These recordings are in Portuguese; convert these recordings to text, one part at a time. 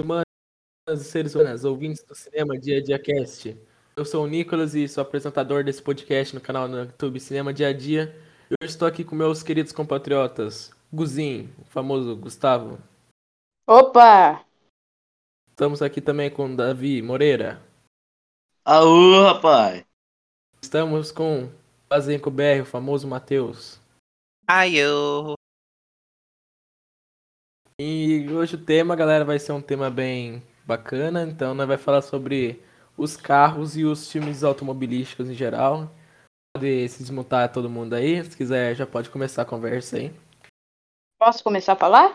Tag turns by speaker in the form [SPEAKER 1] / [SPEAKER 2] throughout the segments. [SPEAKER 1] humanos, seres humanos, ouvintes do Cinema Dia a Dia Cast. Eu sou o Nicolas e sou apresentador desse podcast no canal no YouTube Cinema Dia a Dia. Eu estou aqui com meus queridos compatriotas, Guzinho, o famoso Gustavo.
[SPEAKER 2] Opa!
[SPEAKER 1] Estamos aqui também com Davi Moreira.
[SPEAKER 3] Aô, rapaz!
[SPEAKER 1] Estamos com Bazenco BR, o famoso Matheus.
[SPEAKER 4] Ai, eu.
[SPEAKER 1] E hoje o tema, galera, vai ser um tema bem bacana. Então, nós vai falar sobre os carros e os filmes automobilísticos em geral. Pode se desmontar todo mundo aí. Se quiser, já pode começar a conversa aí.
[SPEAKER 2] Posso começar a falar?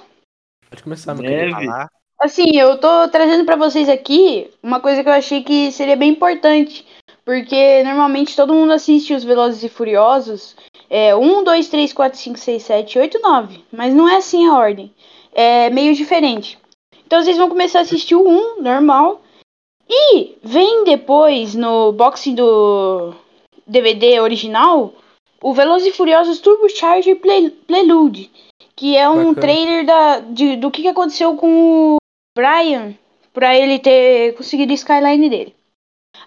[SPEAKER 1] Pode começar, meu
[SPEAKER 3] Deve.
[SPEAKER 1] querido.
[SPEAKER 4] Falar.
[SPEAKER 2] Assim, eu tô trazendo pra vocês aqui uma coisa que eu achei que seria bem importante, porque normalmente todo mundo assiste os Velozes e Furiosos, é 1, 2, 3, 4, 5, 6, 7, 8, 9, mas não é assim a ordem, é meio diferente. Então vocês vão começar a assistir o 1, normal, e vem depois no boxe do DVD original o Velozes e Furiosos Turbocharger Play- Prelude, que é um
[SPEAKER 1] Bacana.
[SPEAKER 2] trailer da, de- do que que aconteceu com o Brian pra ele ter conseguido a skyline dele.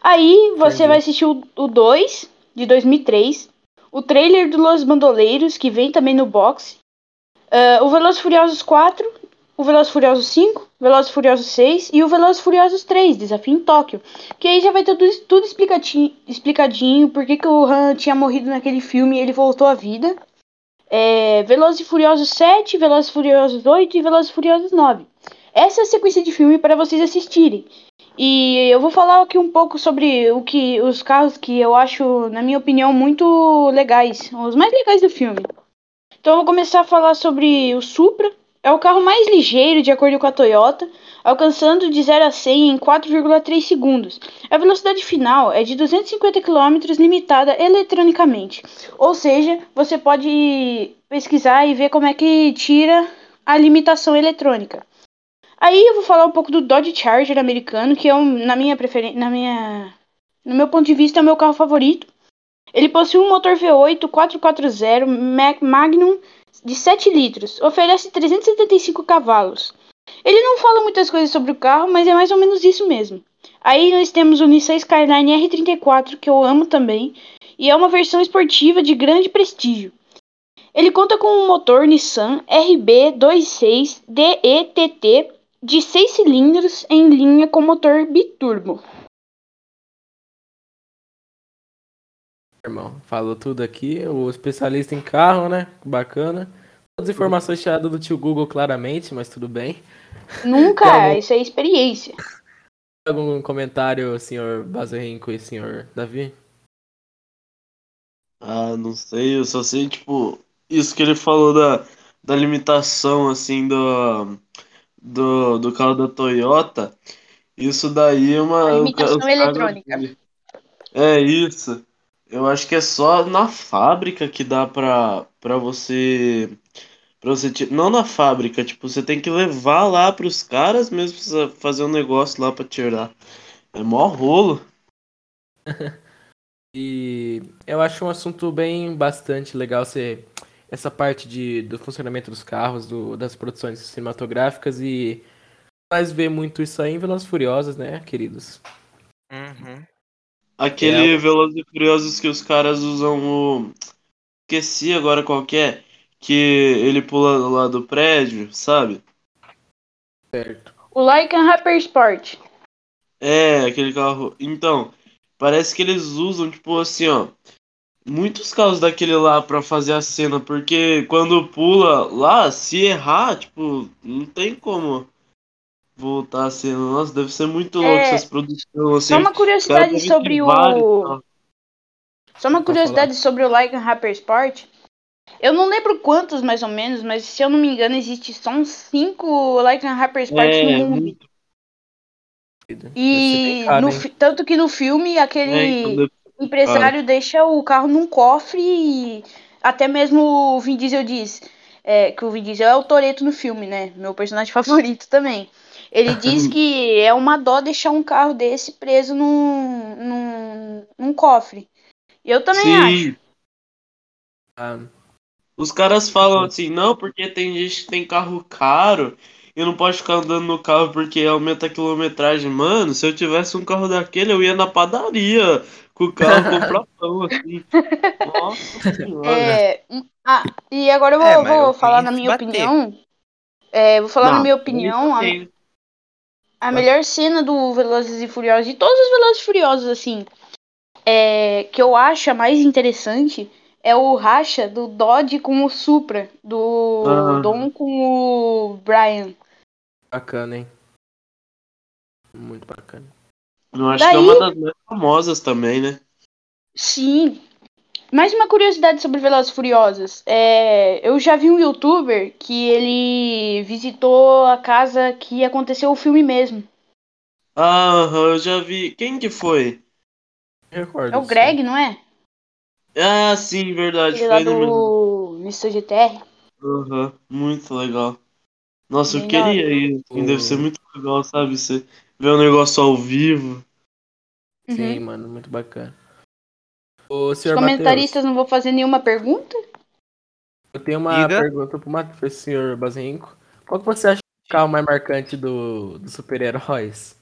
[SPEAKER 2] Aí você
[SPEAKER 1] Entendi.
[SPEAKER 2] vai assistir o o 2 de 2003, o trailer do Los Bandoleiros, que vem também no box, ah, o Velozes e Furiosos 4, o Velozes e Furiosos 5, Velozes e Furiosos 6 e o Velozes e Furiosos 3, Desafio em Tóquio. Que aí já vai ter tudo, tudo explicati- explicadinho, por que, que o Han tinha morrido naquele filme e ele voltou à vida. É, Velozes e Furiosos 7, Velozes e Furiosos 8 e Velozes e Furiosos 9. Essa é a sequência de filme para vocês assistirem. E eu vou falar aqui um pouco sobre o que os carros que eu acho, na minha opinião, muito legais, os mais legais do filme. Então eu vou começar a falar sobre o Supra. É o carro mais ligeiro, de acordo com a Toyota, alcançando de 0 a 100 em 4,3 segundos. A velocidade final é de 250 km limitada eletronicamente. Ou seja, você pode pesquisar e ver como é que tira a limitação eletrônica. Aí eu vou falar um pouco do Dodge Charger americano, que é um, na minha preferência, na minha, no meu ponto de vista é o meu carro favorito. Ele possui um motor V8 440 Ma- Magnum de 7 litros, oferece 375 cavalos. Ele não fala muitas coisas sobre o carro, mas é mais ou menos isso mesmo. Aí nós temos o Nissan Skyline R34, que eu amo também, e é uma versão esportiva de grande prestígio. Ele conta com um motor Nissan RB26 DETT de 6 cilindros em linha com motor biturbo.
[SPEAKER 1] irmão. Falou tudo aqui, o especialista em carro, né? Bacana. Todas as informações tiradas do tio Google, claramente, mas tudo bem.
[SPEAKER 2] Nunca,
[SPEAKER 1] Então-
[SPEAKER 2] isso é experiência.
[SPEAKER 1] Algum comentário, senhor Bazerrinco e senhor Davi?
[SPEAKER 3] Ah, não sei, eu só sei, tipo, isso que ele falou da, da limitação, assim, do, do, do carro da Toyota. Isso daí é uma.
[SPEAKER 2] A
[SPEAKER 3] o
[SPEAKER 2] limitação
[SPEAKER 3] ca- os caras-
[SPEAKER 2] eletrônica.
[SPEAKER 3] É isso. Eu acho que é só na fábrica que dá pra, pra você. Pra você, ti- não na fábrica, tipo, você tem que levar lá pros caras mesmo, precisa fazer um negócio lá pra tirar. É mó rolo.
[SPEAKER 1] E eu acho um assunto bem bastante legal ser essa parte de, do funcionamento dos carros, do, das produções cinematográficas e nós vê muito isso aí em Velas Furiosas, né, queridos?
[SPEAKER 4] Uhum.
[SPEAKER 3] Aquele Velozes e Furiosos que os caras usam o. Esqueci agora qual que é. Que ele pula lá do prédio, sabe?
[SPEAKER 1] Certo.
[SPEAKER 2] O Lycan Hyper Sport.
[SPEAKER 3] É, aquele carro. Então, parece que eles usam, tipo assim, ó. Muitos carros daquele lá pra fazer a cena, porque quando pula lá, se errar, tipo, não tem como voltar a cena. Nossa, deve ser muito louco
[SPEAKER 2] É,
[SPEAKER 3] essas produções, assim.
[SPEAKER 2] Só uma
[SPEAKER 3] Os caras
[SPEAKER 2] curiosidade
[SPEAKER 3] devem ter
[SPEAKER 2] sobre
[SPEAKER 3] vários
[SPEAKER 2] o.
[SPEAKER 3] carros.
[SPEAKER 2] Só uma
[SPEAKER 1] Pode
[SPEAKER 2] curiosidade sobre o Lycan Hyper Sport. Eu não lembro quantos mais ou menos, mas se eu não me engano, existe só uns 5 Lycan Hyper Sport
[SPEAKER 3] É,
[SPEAKER 2] no mundo.
[SPEAKER 3] muito
[SPEAKER 1] Deve ser bem
[SPEAKER 2] E
[SPEAKER 1] caro,
[SPEAKER 2] no
[SPEAKER 1] hein?
[SPEAKER 2] fi- tanto que no filme aquele
[SPEAKER 3] É, então deve-
[SPEAKER 2] empresário deixa o carro num cofre e até mesmo o Vin Diesel diz é, que o Vin Diesel é o Toreto no filme, né? Meu personagem favorito também. Ele diz que é uma dó deixar um carro desse preso num, num, num cofre. E eu também acho.
[SPEAKER 3] Sim,
[SPEAKER 1] Ah,
[SPEAKER 3] os caras falam assim, não, porque tem gente que tem carro caro e não pode ficar andando no carro porque aumenta a quilometragem. Mano, se eu tivesse um carro daquele, eu ia na padaria com o carro comprar pão, assim. Nossa senhora.
[SPEAKER 2] É, um- ah, e agora eu vou,
[SPEAKER 4] É, mas
[SPEAKER 2] vou
[SPEAKER 4] eu
[SPEAKER 2] falar na
[SPEAKER 4] tenho que
[SPEAKER 2] minha
[SPEAKER 4] bater.
[SPEAKER 2] opinião. É, vou falar na
[SPEAKER 3] Não,
[SPEAKER 2] minha opinião. A,
[SPEAKER 3] Sim.
[SPEAKER 1] Tá.
[SPEAKER 2] a melhor cena do Velozes e Furiosos, de todos os Velozes e Furiosos, assim, é, que eu acho a mais interessante é o racha do Dodge com o Supra, do
[SPEAKER 3] Ah.
[SPEAKER 2] Dom com o Brian.
[SPEAKER 1] Bacana, hein? Muito bacana.
[SPEAKER 3] Eu acho que é
[SPEAKER 2] Daí-
[SPEAKER 3] uma das mais famosas também, né?
[SPEAKER 2] Sim. Mais uma curiosidade sobre Velozes e Furiosas. É, eu já vi um youtuber que ele visitou a casa que aconteceu o filme mesmo.
[SPEAKER 3] Ah, Aham, eu já vi. Quem que foi?
[SPEAKER 1] Eu Tá recordo.
[SPEAKER 2] É o
[SPEAKER 1] sim.
[SPEAKER 2] Greg, não é?
[SPEAKER 3] Ah, sim, verdade.
[SPEAKER 2] Ele
[SPEAKER 3] Foi
[SPEAKER 2] lá
[SPEAKER 3] ele mesmo.
[SPEAKER 2] do Mr. GTR.
[SPEAKER 3] Aham, muito legal. Nossa, eu
[SPEAKER 2] Bem da Uhum.
[SPEAKER 3] queria ir. assim, Deve ser muito legal, sabe? Você ver um negócio ao vivo.
[SPEAKER 1] Sim,
[SPEAKER 2] Uhum.
[SPEAKER 1] mano, muito bacana. Ô,
[SPEAKER 2] Os
[SPEAKER 1] senhor
[SPEAKER 2] comentaristas não vão fazer nenhuma pergunta?
[SPEAKER 1] Mateus, eu tenho uma
[SPEAKER 4] Diga.
[SPEAKER 1] pergunta pro Matheus, pro senhor Bazenco. Qual que você acha que é o carro mais marcante do, dos super-heróis?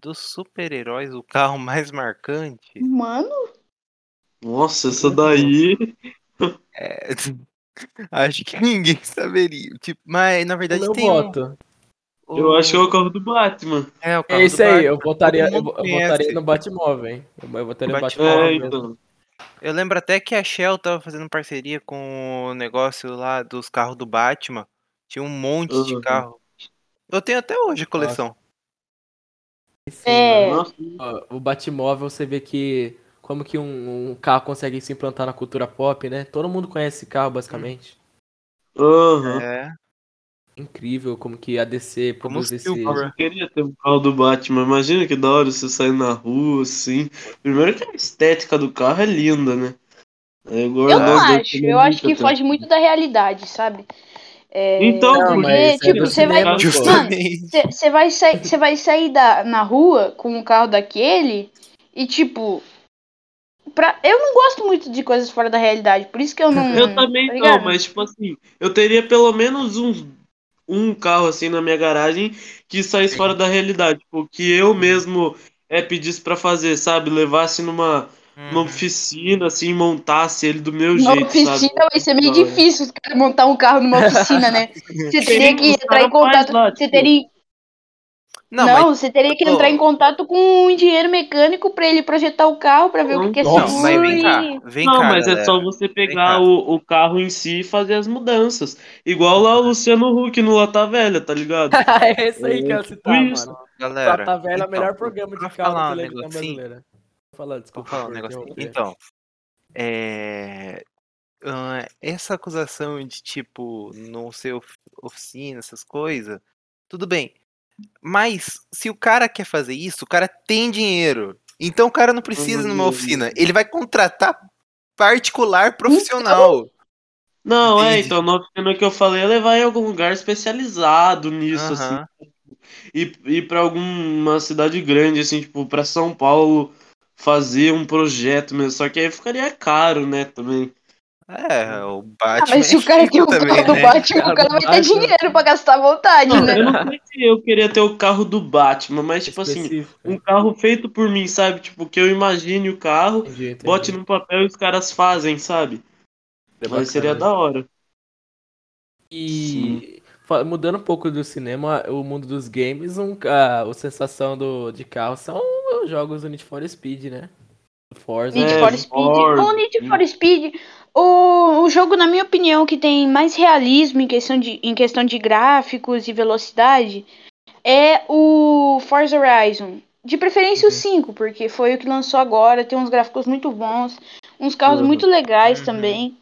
[SPEAKER 4] Dos super-heróis, o carro mais marcante.
[SPEAKER 2] Mano,
[SPEAKER 3] Nossa, essa daí.
[SPEAKER 4] É, Acho que ninguém saberia. Tipo, mas na verdade
[SPEAKER 1] Eu
[SPEAKER 4] tem um.
[SPEAKER 1] voto.
[SPEAKER 3] Eu acho que é o carro do Batman.
[SPEAKER 4] É, o
[SPEAKER 1] É
[SPEAKER 4] carro
[SPEAKER 1] isso
[SPEAKER 4] do
[SPEAKER 1] aí,
[SPEAKER 4] Batman.
[SPEAKER 1] eu votaria, eu,
[SPEAKER 4] Todo mundo
[SPEAKER 1] eu
[SPEAKER 4] conhece.
[SPEAKER 1] votaria no Batmóvel, hein? Eu votaria no
[SPEAKER 4] Batmóvel.
[SPEAKER 1] Batmóvel
[SPEAKER 3] É,
[SPEAKER 1] mesmo.
[SPEAKER 3] então.
[SPEAKER 4] Eu lembro até que a Shell tava fazendo parceria com o negócio lá dos carros do Batman. Tinha um monte de
[SPEAKER 3] Uhum.
[SPEAKER 4] carro. Eu tenho até hoje a coleção.
[SPEAKER 1] Sim,
[SPEAKER 2] É.
[SPEAKER 1] mano.
[SPEAKER 3] Nossa,
[SPEAKER 1] Ó, O Batmóvel, você vê que como que um, um carro consegue se implantar na cultura pop, né? Todo mundo conhece esse carro, basicamente.
[SPEAKER 3] Aham.
[SPEAKER 4] É.
[SPEAKER 1] Incrível como que a DC
[SPEAKER 4] Como
[SPEAKER 1] produz
[SPEAKER 4] o
[SPEAKER 1] esse...
[SPEAKER 4] Silver.
[SPEAKER 3] Nossa, eu queria ter um carro do Batman. Imagina que da hora você sair na rua assim. Primeiro que a estética do carro é linda, né? É igual
[SPEAKER 2] eu
[SPEAKER 3] nós
[SPEAKER 2] não
[SPEAKER 3] daqui,
[SPEAKER 2] acho.
[SPEAKER 3] né?
[SPEAKER 2] Eu acho que
[SPEAKER 3] Nunca
[SPEAKER 2] foge muito da realidade, sabe? É,
[SPEAKER 3] Então,
[SPEAKER 1] Não,
[SPEAKER 2] porque,
[SPEAKER 1] mas é
[SPEAKER 2] tipo,
[SPEAKER 1] do
[SPEAKER 2] você vai.
[SPEAKER 1] cinema, pô.
[SPEAKER 2] Mano, você vai sair, você vai sair da, na rua com um carro daquele e tipo, pra, eu não gosto muito de coisas fora da realidade, por isso que eu não.
[SPEAKER 3] Eu também
[SPEAKER 2] tá
[SPEAKER 3] não,
[SPEAKER 2] ligado?
[SPEAKER 3] mas tipo assim, eu teria pelo menos um, um carro assim na minha garagem que saísse fora da realidade, tipo, que eu mesmo é pedisse pra fazer, sabe? Levasse numa, numa
[SPEAKER 4] Uhum.
[SPEAKER 3] oficina, assim, montasse ele do meu
[SPEAKER 2] Na
[SPEAKER 3] jeito,
[SPEAKER 2] oficina
[SPEAKER 3] sabe? é.
[SPEAKER 2] vai ser meio
[SPEAKER 3] Da hora.
[SPEAKER 2] difícil os caras montar um carro numa oficina, né? Você teria que
[SPEAKER 3] Os
[SPEAKER 2] entrar em
[SPEAKER 3] caras faz
[SPEAKER 2] contato.
[SPEAKER 3] lá,
[SPEAKER 2] Você
[SPEAKER 3] tipo,
[SPEAKER 2] teria, não,
[SPEAKER 4] Não, mas,
[SPEAKER 2] você teria que
[SPEAKER 4] Ô.
[SPEAKER 2] entrar em contato com um engenheiro mecânico pra ele projetar o carro pra ver o que, que é
[SPEAKER 3] Nossa.
[SPEAKER 4] não, mas
[SPEAKER 2] seguro
[SPEAKER 4] vem cá.
[SPEAKER 2] e.
[SPEAKER 4] Vem
[SPEAKER 3] Não,
[SPEAKER 4] cá.
[SPEAKER 3] mas é
[SPEAKER 4] galera.
[SPEAKER 3] só você
[SPEAKER 4] cá.
[SPEAKER 3] pegar o, o carro em si e fazer as mudanças. Igual lá o Luciano Huck no Lata Velha, tá ligado?
[SPEAKER 1] é isso aí que eu ia citar,
[SPEAKER 3] Isso.
[SPEAKER 1] mano.
[SPEAKER 4] Galera.
[SPEAKER 1] Prata Velha é o
[SPEAKER 4] então,
[SPEAKER 1] melhor programa de
[SPEAKER 4] pra
[SPEAKER 1] carro
[SPEAKER 4] falar
[SPEAKER 1] da
[SPEAKER 4] um
[SPEAKER 1] televisão
[SPEAKER 4] negocinho,
[SPEAKER 1] brasileira. Vou falar,
[SPEAKER 4] Vou
[SPEAKER 1] desculpa.
[SPEAKER 4] falar um
[SPEAKER 1] por
[SPEAKER 4] negócio.
[SPEAKER 1] interromper.
[SPEAKER 4] Então, é, ah, essa acusação de tipo não ser of- oficina, essas coisas, tudo bem. Mas se o cara quer fazer isso, o cara tem dinheiro. Então o cara não precisa de
[SPEAKER 1] assim?
[SPEAKER 4] uma
[SPEAKER 3] Hum.
[SPEAKER 4] oficina. Ele vai contratar particular
[SPEAKER 1] Então,
[SPEAKER 4] profissional.
[SPEAKER 3] Não, é,
[SPEAKER 4] Entendi.
[SPEAKER 3] então, na oficina que eu falei é levar em algum lugar especializado nisso, assim.
[SPEAKER 4] Aham.
[SPEAKER 3] ir, ir para alguma cidade grande, assim, tipo, pra São Paulo fazer um projeto mesmo. Só que aí ficaria caro, né, também.
[SPEAKER 4] É, o
[SPEAKER 2] Ah,
[SPEAKER 4] Batman.
[SPEAKER 2] mas se
[SPEAKER 4] é
[SPEAKER 2] o cara um tem o
[SPEAKER 4] também,
[SPEAKER 2] carro do
[SPEAKER 4] né?
[SPEAKER 2] Batman, o cara vai ter dinheiro pra gastar à vontade,
[SPEAKER 3] Não,
[SPEAKER 2] né?
[SPEAKER 3] eu não sei se eu queria ter o carro do Batman, mas, tipo assim,
[SPEAKER 1] Específico.
[SPEAKER 3] um carro feito por mim, sabe? Tipo, que eu imagine o carro,
[SPEAKER 1] Entendi, entendi.
[SPEAKER 3] bote num papel e os caras fazem, sabe?
[SPEAKER 1] É bacana.
[SPEAKER 3] Mas seria da hora.
[SPEAKER 1] E fa- mudando um pouco do cinema, o mundo dos games, um, a, a sensação do, de carro são os jogos do Need for Speed, né? Forza.
[SPEAKER 2] Need
[SPEAKER 3] É,
[SPEAKER 2] for Speed.
[SPEAKER 3] Ford,
[SPEAKER 2] O Need
[SPEAKER 3] sim.
[SPEAKER 2] for Speed, o, o jogo, na minha opinião, que tem mais realismo em questão de, em questão de gráficos e velocidade é o Forza Horizon. De preferência o
[SPEAKER 1] Uhum.
[SPEAKER 2] 5, porque foi o que lançou agora, tem uns gráficos muito bons, uns carros
[SPEAKER 3] Uhum.
[SPEAKER 2] muito legais
[SPEAKER 4] Uhum.
[SPEAKER 2] também.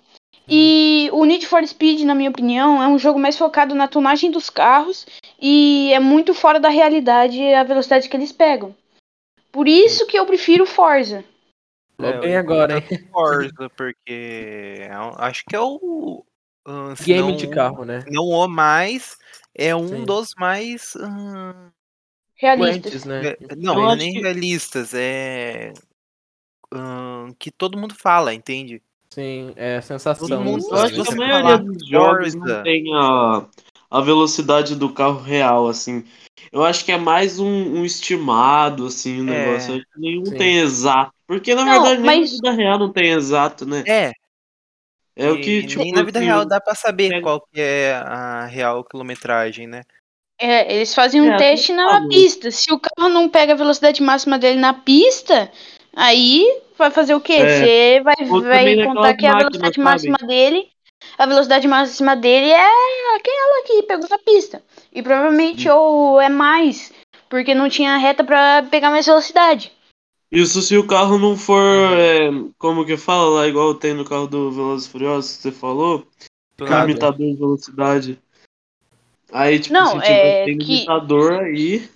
[SPEAKER 2] E o Need for Speed, na minha opinião, é um jogo mais focado na tunagem dos carros e é muito fora da realidade a velocidade que eles pegam. Por isso que eu prefiro Forza.
[SPEAKER 1] Falou
[SPEAKER 4] É,
[SPEAKER 1] bem
[SPEAKER 4] eu-
[SPEAKER 1] agora, hein?
[SPEAKER 4] Forza, porque é um- acho que é o. ah, se
[SPEAKER 1] Game
[SPEAKER 4] não
[SPEAKER 1] de
[SPEAKER 4] o-
[SPEAKER 1] carro, né?
[SPEAKER 4] Não o mais, é um
[SPEAKER 1] Sim.
[SPEAKER 4] dos mais. ah,
[SPEAKER 2] Realistas.
[SPEAKER 1] Antes, né?
[SPEAKER 4] É, Não,
[SPEAKER 3] Eu
[SPEAKER 4] não é
[SPEAKER 3] acho
[SPEAKER 4] nem
[SPEAKER 3] que-
[SPEAKER 4] realistas, é. ahn, que todo mundo fala, entende?
[SPEAKER 1] Sim, é a sensação.
[SPEAKER 4] Todo mundo-
[SPEAKER 1] sabe?
[SPEAKER 3] Eu acho
[SPEAKER 4] Se
[SPEAKER 3] que a
[SPEAKER 4] você
[SPEAKER 3] maioria
[SPEAKER 4] falar
[SPEAKER 3] dos jogos não
[SPEAKER 4] Forza-
[SPEAKER 3] tem a, a velocidade do carro real, assim. Eu acho que é mais um, um estimado, assim, o
[SPEAKER 4] É.
[SPEAKER 3] negócio. Eu acho que nenhum
[SPEAKER 1] Sim.
[SPEAKER 3] tem exato. Porque, na
[SPEAKER 2] Não,
[SPEAKER 3] verdade, nem
[SPEAKER 2] mas-
[SPEAKER 3] na vida real não tem exato, né?
[SPEAKER 4] É,
[SPEAKER 3] É o
[SPEAKER 4] e
[SPEAKER 3] que, tipo...
[SPEAKER 4] nem na vida
[SPEAKER 3] que
[SPEAKER 4] real
[SPEAKER 3] o-
[SPEAKER 4] dá pra saber
[SPEAKER 3] pega-
[SPEAKER 4] qual que é a real quilometragem, né?
[SPEAKER 2] É, eles fazem um
[SPEAKER 3] É,
[SPEAKER 2] teste
[SPEAKER 3] tem
[SPEAKER 2] na
[SPEAKER 3] valor.
[SPEAKER 2] pista. Se o carro não pega a velocidade máxima dele na pista, aí vai fazer o quê?
[SPEAKER 3] É.
[SPEAKER 2] Você vai,
[SPEAKER 3] Ou
[SPEAKER 2] vai
[SPEAKER 3] também
[SPEAKER 2] contar
[SPEAKER 3] naquelas
[SPEAKER 2] que a
[SPEAKER 3] máquinas,
[SPEAKER 2] velocidade
[SPEAKER 3] sabe?
[SPEAKER 2] máxima dele. A velocidade máxima dele é aquela que pegou na pista. E provavelmente ou é mais, porque não tinha reta pra pegar mais velocidade.
[SPEAKER 3] Isso se o carro não for, é,
[SPEAKER 4] Uhum.
[SPEAKER 3] como que fala lá, igual tem no carro do Velozes e Furiosos que você falou,
[SPEAKER 1] Claro.
[SPEAKER 3] limitador de velocidade. Aí, tipo,
[SPEAKER 2] Não,
[SPEAKER 3] se tiver
[SPEAKER 2] é
[SPEAKER 3] tem
[SPEAKER 2] que-
[SPEAKER 3] limitador aí...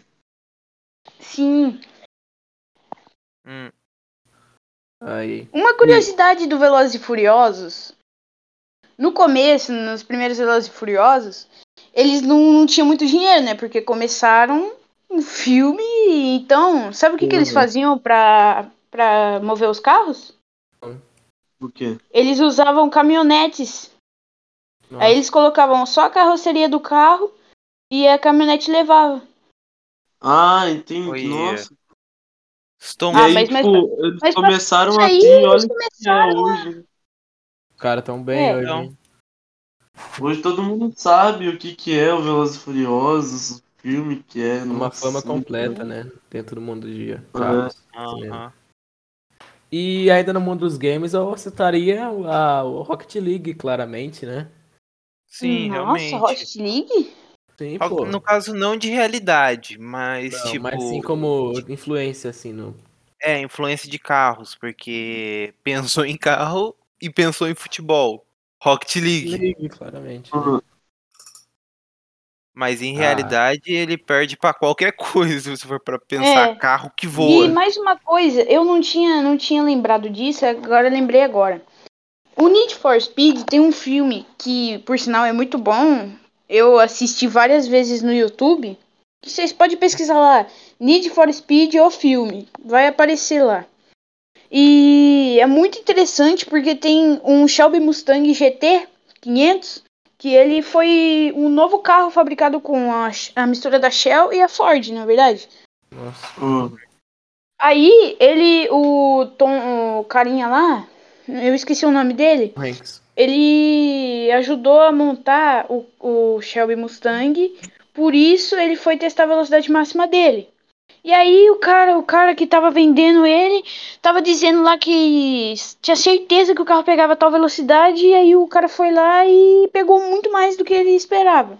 [SPEAKER 2] Sim.
[SPEAKER 4] Hum,
[SPEAKER 1] Aí.
[SPEAKER 2] Uma curiosidade do Velozes e Furiosos. No começo, nos primeiros Velozes e Furiosos, eles não, não tinham muito dinheiro, né? Porque começaram um filme, então, sabe o que, que eles
[SPEAKER 3] Uhum.
[SPEAKER 2] faziam pra, pra mover os carros?
[SPEAKER 3] O quê?
[SPEAKER 2] Eles usavam caminhonetes.
[SPEAKER 1] Nossa.
[SPEAKER 2] Aí eles colocavam só a carroceria do carro e a caminhonete levava.
[SPEAKER 3] Ah, entendi.
[SPEAKER 4] Oi,
[SPEAKER 3] Nossa.
[SPEAKER 4] Stom-
[SPEAKER 3] E
[SPEAKER 2] Ah,
[SPEAKER 3] aí,
[SPEAKER 2] mas- mas-
[SPEAKER 3] tipo, eles
[SPEAKER 2] mas pra
[SPEAKER 3] começaram
[SPEAKER 2] Isso
[SPEAKER 3] a
[SPEAKER 2] aí,
[SPEAKER 3] ter,
[SPEAKER 2] eles
[SPEAKER 3] olha que é
[SPEAKER 2] começaram
[SPEAKER 3] hoje.
[SPEAKER 1] Os caras tão bem
[SPEAKER 2] É.
[SPEAKER 1] hoje.
[SPEAKER 4] Não.
[SPEAKER 1] hein?
[SPEAKER 3] Hoje todo mundo sabe o que que é o Velozes e Furiosos, o filme que é.
[SPEAKER 1] Uma
[SPEAKER 3] nossa.
[SPEAKER 1] fama completa, né? Dentro do mundo de
[SPEAKER 3] Uhum.
[SPEAKER 1] carros.
[SPEAKER 4] É. Aham.
[SPEAKER 1] E ainda no mundo dos games, eu citaria a, o Rocket League, claramente, né?
[SPEAKER 4] Sim,
[SPEAKER 2] Nossa,
[SPEAKER 4] realmente.
[SPEAKER 2] Rocket League?
[SPEAKER 1] Sim,
[SPEAKER 4] Al-
[SPEAKER 1] pô.
[SPEAKER 4] No caso, não de realidade, mas
[SPEAKER 1] Não,
[SPEAKER 4] tipo.
[SPEAKER 1] Mas sim como influência, assim, no...
[SPEAKER 4] É, influência de carros, porque
[SPEAKER 3] Uhum.
[SPEAKER 4] pensou em carro e pensou em futebol. Rocket League.
[SPEAKER 1] League, claramente. né?
[SPEAKER 3] Uhum.
[SPEAKER 4] Mas em
[SPEAKER 1] Ah.
[SPEAKER 4] realidade ele perde pra qualquer coisa, se você for pra pensar.
[SPEAKER 2] É.
[SPEAKER 4] Carro que
[SPEAKER 2] E
[SPEAKER 4] voa.
[SPEAKER 2] mais uma coisa, eu não tinha, não tinha lembrado disso, agora eu lembrei agora. O Need for Speed tem um filme que, por sinal, é muito bom. Eu assisti várias vezes no YouTube. Que vocês podem pesquisar lá, Need for Speed ou filme, vai aparecer lá. E é muito interessante porque tem um Shelby Mustang GT 500 que ele foi um novo carro fabricado com a, a mistura da Shell e a Ford, na verdade.
[SPEAKER 1] Nossa.
[SPEAKER 3] Uhum.
[SPEAKER 2] Aí ele, o Tom, o carinha lá, eu esqueci o nome dele,
[SPEAKER 1] Hanks.
[SPEAKER 2] ele ajudou a montar o, o Shelby Mustang, por isso ele foi testar a velocidade máxima dele. E aí o cara, o cara que tava vendendo ele, tava dizendo lá que tinha certeza que o carro pegava tal velocidade, e aí o cara foi lá e pegou muito mais do que ele esperava.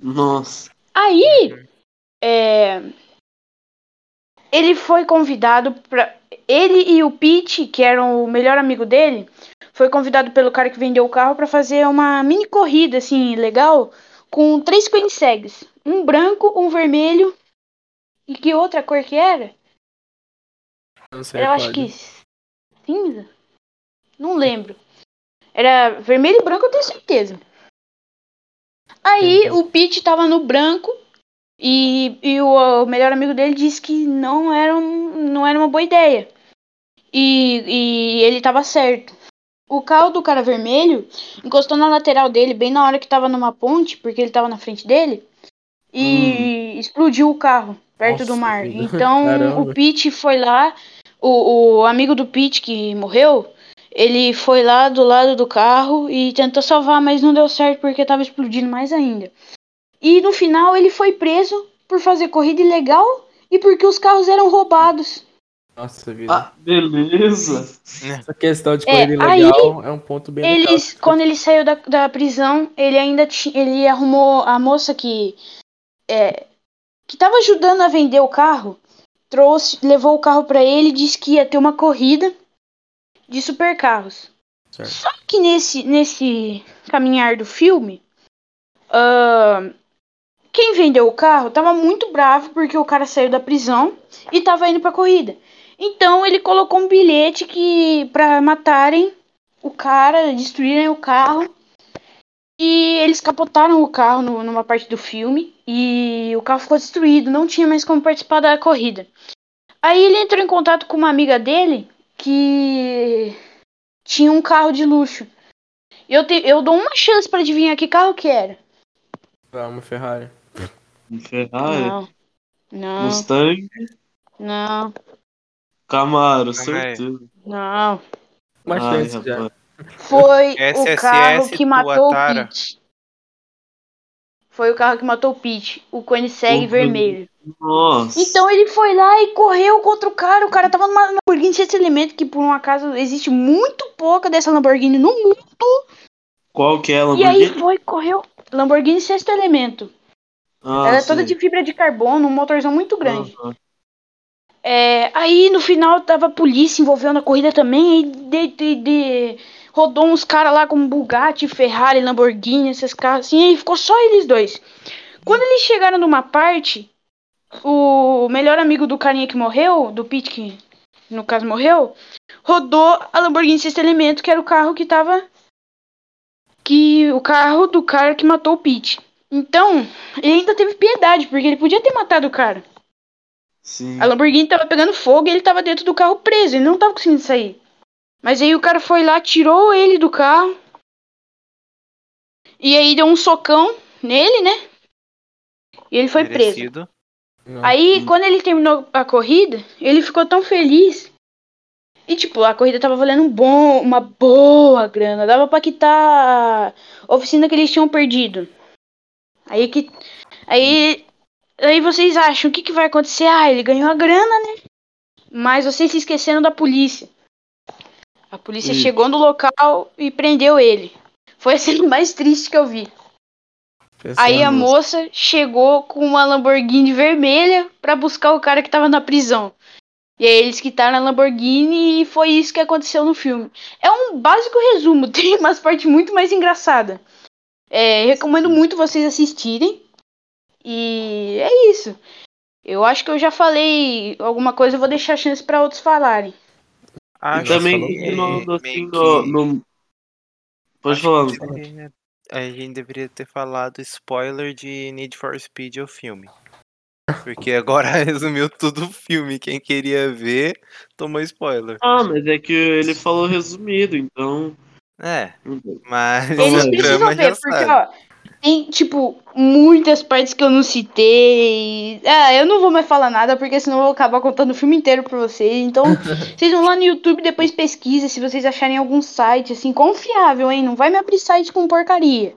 [SPEAKER 3] Nossa.
[SPEAKER 2] Aí, é, ele foi convidado para ele e o Pete, que eram o melhor amigo dele, foi convidado pelo cara que vendeu o carro para fazer uma mini corrida assim legal com três Koenigseggs, um branco, um vermelho e que outra cor que era?
[SPEAKER 1] Não sei
[SPEAKER 2] Eu
[SPEAKER 1] qual
[SPEAKER 2] acho
[SPEAKER 1] é.
[SPEAKER 2] que cinza. Não lembro. Era vermelho e branco, eu tenho certeza. Aí
[SPEAKER 1] Entendi.
[SPEAKER 2] o Pete tava no branco e, e o, o melhor amigo dele disse que não era, um- não era uma boa ideia. E, e ele tava certo. O carro do cara vermelho encostou na lateral dele bem na hora que tava numa ponte, porque ele tava na frente dele, e explodiu o carro perto
[SPEAKER 1] Hum. Nossa
[SPEAKER 2] do mar.
[SPEAKER 1] vida.
[SPEAKER 2] Então
[SPEAKER 1] Caramba.
[SPEAKER 2] o Pete foi lá, o, o amigo do Pete que morreu, ele foi lá do lado do carro e tentou salvar, mas não deu certo porque tava explodindo mais ainda. E no final ele foi preso por fazer corrida ilegal e porque os carros eram roubados.
[SPEAKER 1] Nossa vida.
[SPEAKER 3] Ah, beleza.
[SPEAKER 1] Essa questão de
[SPEAKER 2] É,
[SPEAKER 1] corrida ilegal é um ponto bem legal.
[SPEAKER 2] Eles, quando ele saiu da, da prisão, ele ainda ti- ele arrumou a moça que é, que tava ajudando a vender o carro, trouxe, levou o carro pra ele, e disse que ia ter uma corrida de supercarros.
[SPEAKER 1] Certo.
[SPEAKER 2] Só que nesse nesse caminhar do filme, ahn, quem vendeu o carro tava muito bravo porque o cara saiu da prisão e tava indo pra corrida. Então ele colocou um bilhete que para matarem o cara, destruíram o carro. E eles capotaram o carro no- numa parte do filme. E o carro ficou destruído, não tinha mais como participar da corrida. Aí ele entrou em contato com uma amiga dele que tinha um carro de luxo. Eu, te- eu dou uma chance pra adivinhar que carro que era.
[SPEAKER 1] Pra uma Ferrari.
[SPEAKER 3] Um Ferrari,
[SPEAKER 2] Não. Não,
[SPEAKER 3] Mustang,
[SPEAKER 2] não,
[SPEAKER 3] Camaro,
[SPEAKER 4] Também.
[SPEAKER 3] certeza.
[SPEAKER 2] não.
[SPEAKER 1] Uma
[SPEAKER 3] Ai,
[SPEAKER 1] chance já.
[SPEAKER 3] rapaz.
[SPEAKER 2] Foi o
[SPEAKER 4] SSS
[SPEAKER 2] carro que
[SPEAKER 4] do
[SPEAKER 2] matou
[SPEAKER 4] Atara.
[SPEAKER 2] o Pete. Foi o carro que matou o Pete, o Koenigsegg
[SPEAKER 3] Uhum.
[SPEAKER 2] vermelho.
[SPEAKER 3] Nossa.
[SPEAKER 2] Então ele foi lá e correu contra o cara. O cara tava numa Lamborghini sexto elemento, que por um acaso existe muito pouca dessa Lamborghini no mundo.
[SPEAKER 3] Qual que é a
[SPEAKER 2] E aí
[SPEAKER 3] Lamborghini?
[SPEAKER 2] foi e correu. Lamborghini sexto elemento.
[SPEAKER 3] Ah,
[SPEAKER 2] Ela é
[SPEAKER 3] sim. Ah.
[SPEAKER 2] toda de fibra de carbono, um motorzão muito grande.
[SPEAKER 3] Aham.
[SPEAKER 2] É, aí no final tava a polícia envolvendo na corrida também, e de, de- de- rodou uns caras lá como Bugatti, Ferrari, Lamborghini, esses carros assim, e ficou só eles dois. Quando eles chegaram numa parte, o melhor amigo do carinha que morreu, do Pete, que no caso morreu, rodou a Lamborghini Sexto Elemento, que era o carro que tava. que o carro do cara que matou o Pete. Então, ele ainda teve piedade, porque ele podia ter matado o cara.
[SPEAKER 3] Sim.
[SPEAKER 2] A Lamborghini tava pegando fogo e ele tava dentro do carro preso, ele não tava conseguindo sair. Mas aí o cara foi lá, tirou ele do carro. E aí deu um socão nele, né? E ele foi preso.
[SPEAKER 4] Merecido.
[SPEAKER 1] Não.
[SPEAKER 2] Aí,
[SPEAKER 3] Hum.
[SPEAKER 2] quando ele terminou a corrida, ele ficou tão feliz. E, tipo, a corrida tava valendo um bom, uma boa grana. Dava pra quitar a oficina que eles tinham perdido. Aí que. Aí. Aí vocês acham, o que, que vai acontecer? Ah, ele ganhou a grana, né? Mas vocês se esqueceram da polícia. A polícia
[SPEAKER 3] Ih.
[SPEAKER 2] chegou no local e prendeu ele. Foi a cena mais triste que eu vi.
[SPEAKER 1] Pensando
[SPEAKER 2] Aí a
[SPEAKER 1] nisso.
[SPEAKER 2] moça chegou com uma Lamborghini vermelha pra buscar o cara que tava na prisão. E aí eles quitaram a Lamborghini e foi isso que aconteceu no filme. É um básico resumo, tem umas partes muito mais engraçadas. É, recomendo muito vocês assistirem. E é isso. Eu acho que eu já falei alguma coisa, eu vou deixar a chance pra outros falarem.
[SPEAKER 3] E
[SPEAKER 4] Acho
[SPEAKER 3] também
[SPEAKER 1] que-
[SPEAKER 3] continuando assim
[SPEAKER 4] meio
[SPEAKER 3] no,
[SPEAKER 4] que-
[SPEAKER 3] no- Pode
[SPEAKER 4] acho
[SPEAKER 3] falar,
[SPEAKER 4] que
[SPEAKER 3] Lucas.
[SPEAKER 4] deveria- A gente deveria ter falado spoiler de Need for Speed o filme. Porque agora resumiu tudo o filme. Quem queria ver, tomou spoiler.
[SPEAKER 3] Ah, mas é que ele falou resumido, então.
[SPEAKER 4] É,
[SPEAKER 3] não é tem.
[SPEAKER 4] mas.
[SPEAKER 2] Eles
[SPEAKER 4] a
[SPEAKER 2] precisam
[SPEAKER 4] trama já
[SPEAKER 2] ver, porque,
[SPEAKER 4] sabe.
[SPEAKER 2] ó, tem, tipo, muitas partes que eu não citei. Ah, eu não vou mais falar nada, porque senão eu vou acabar contando o filme inteiro pra vocês. Então, vocês vão lá no YouTube, depois pesquisa se vocês acharem algum site, assim, confiável, hein? Não vai me abrir site com porcaria.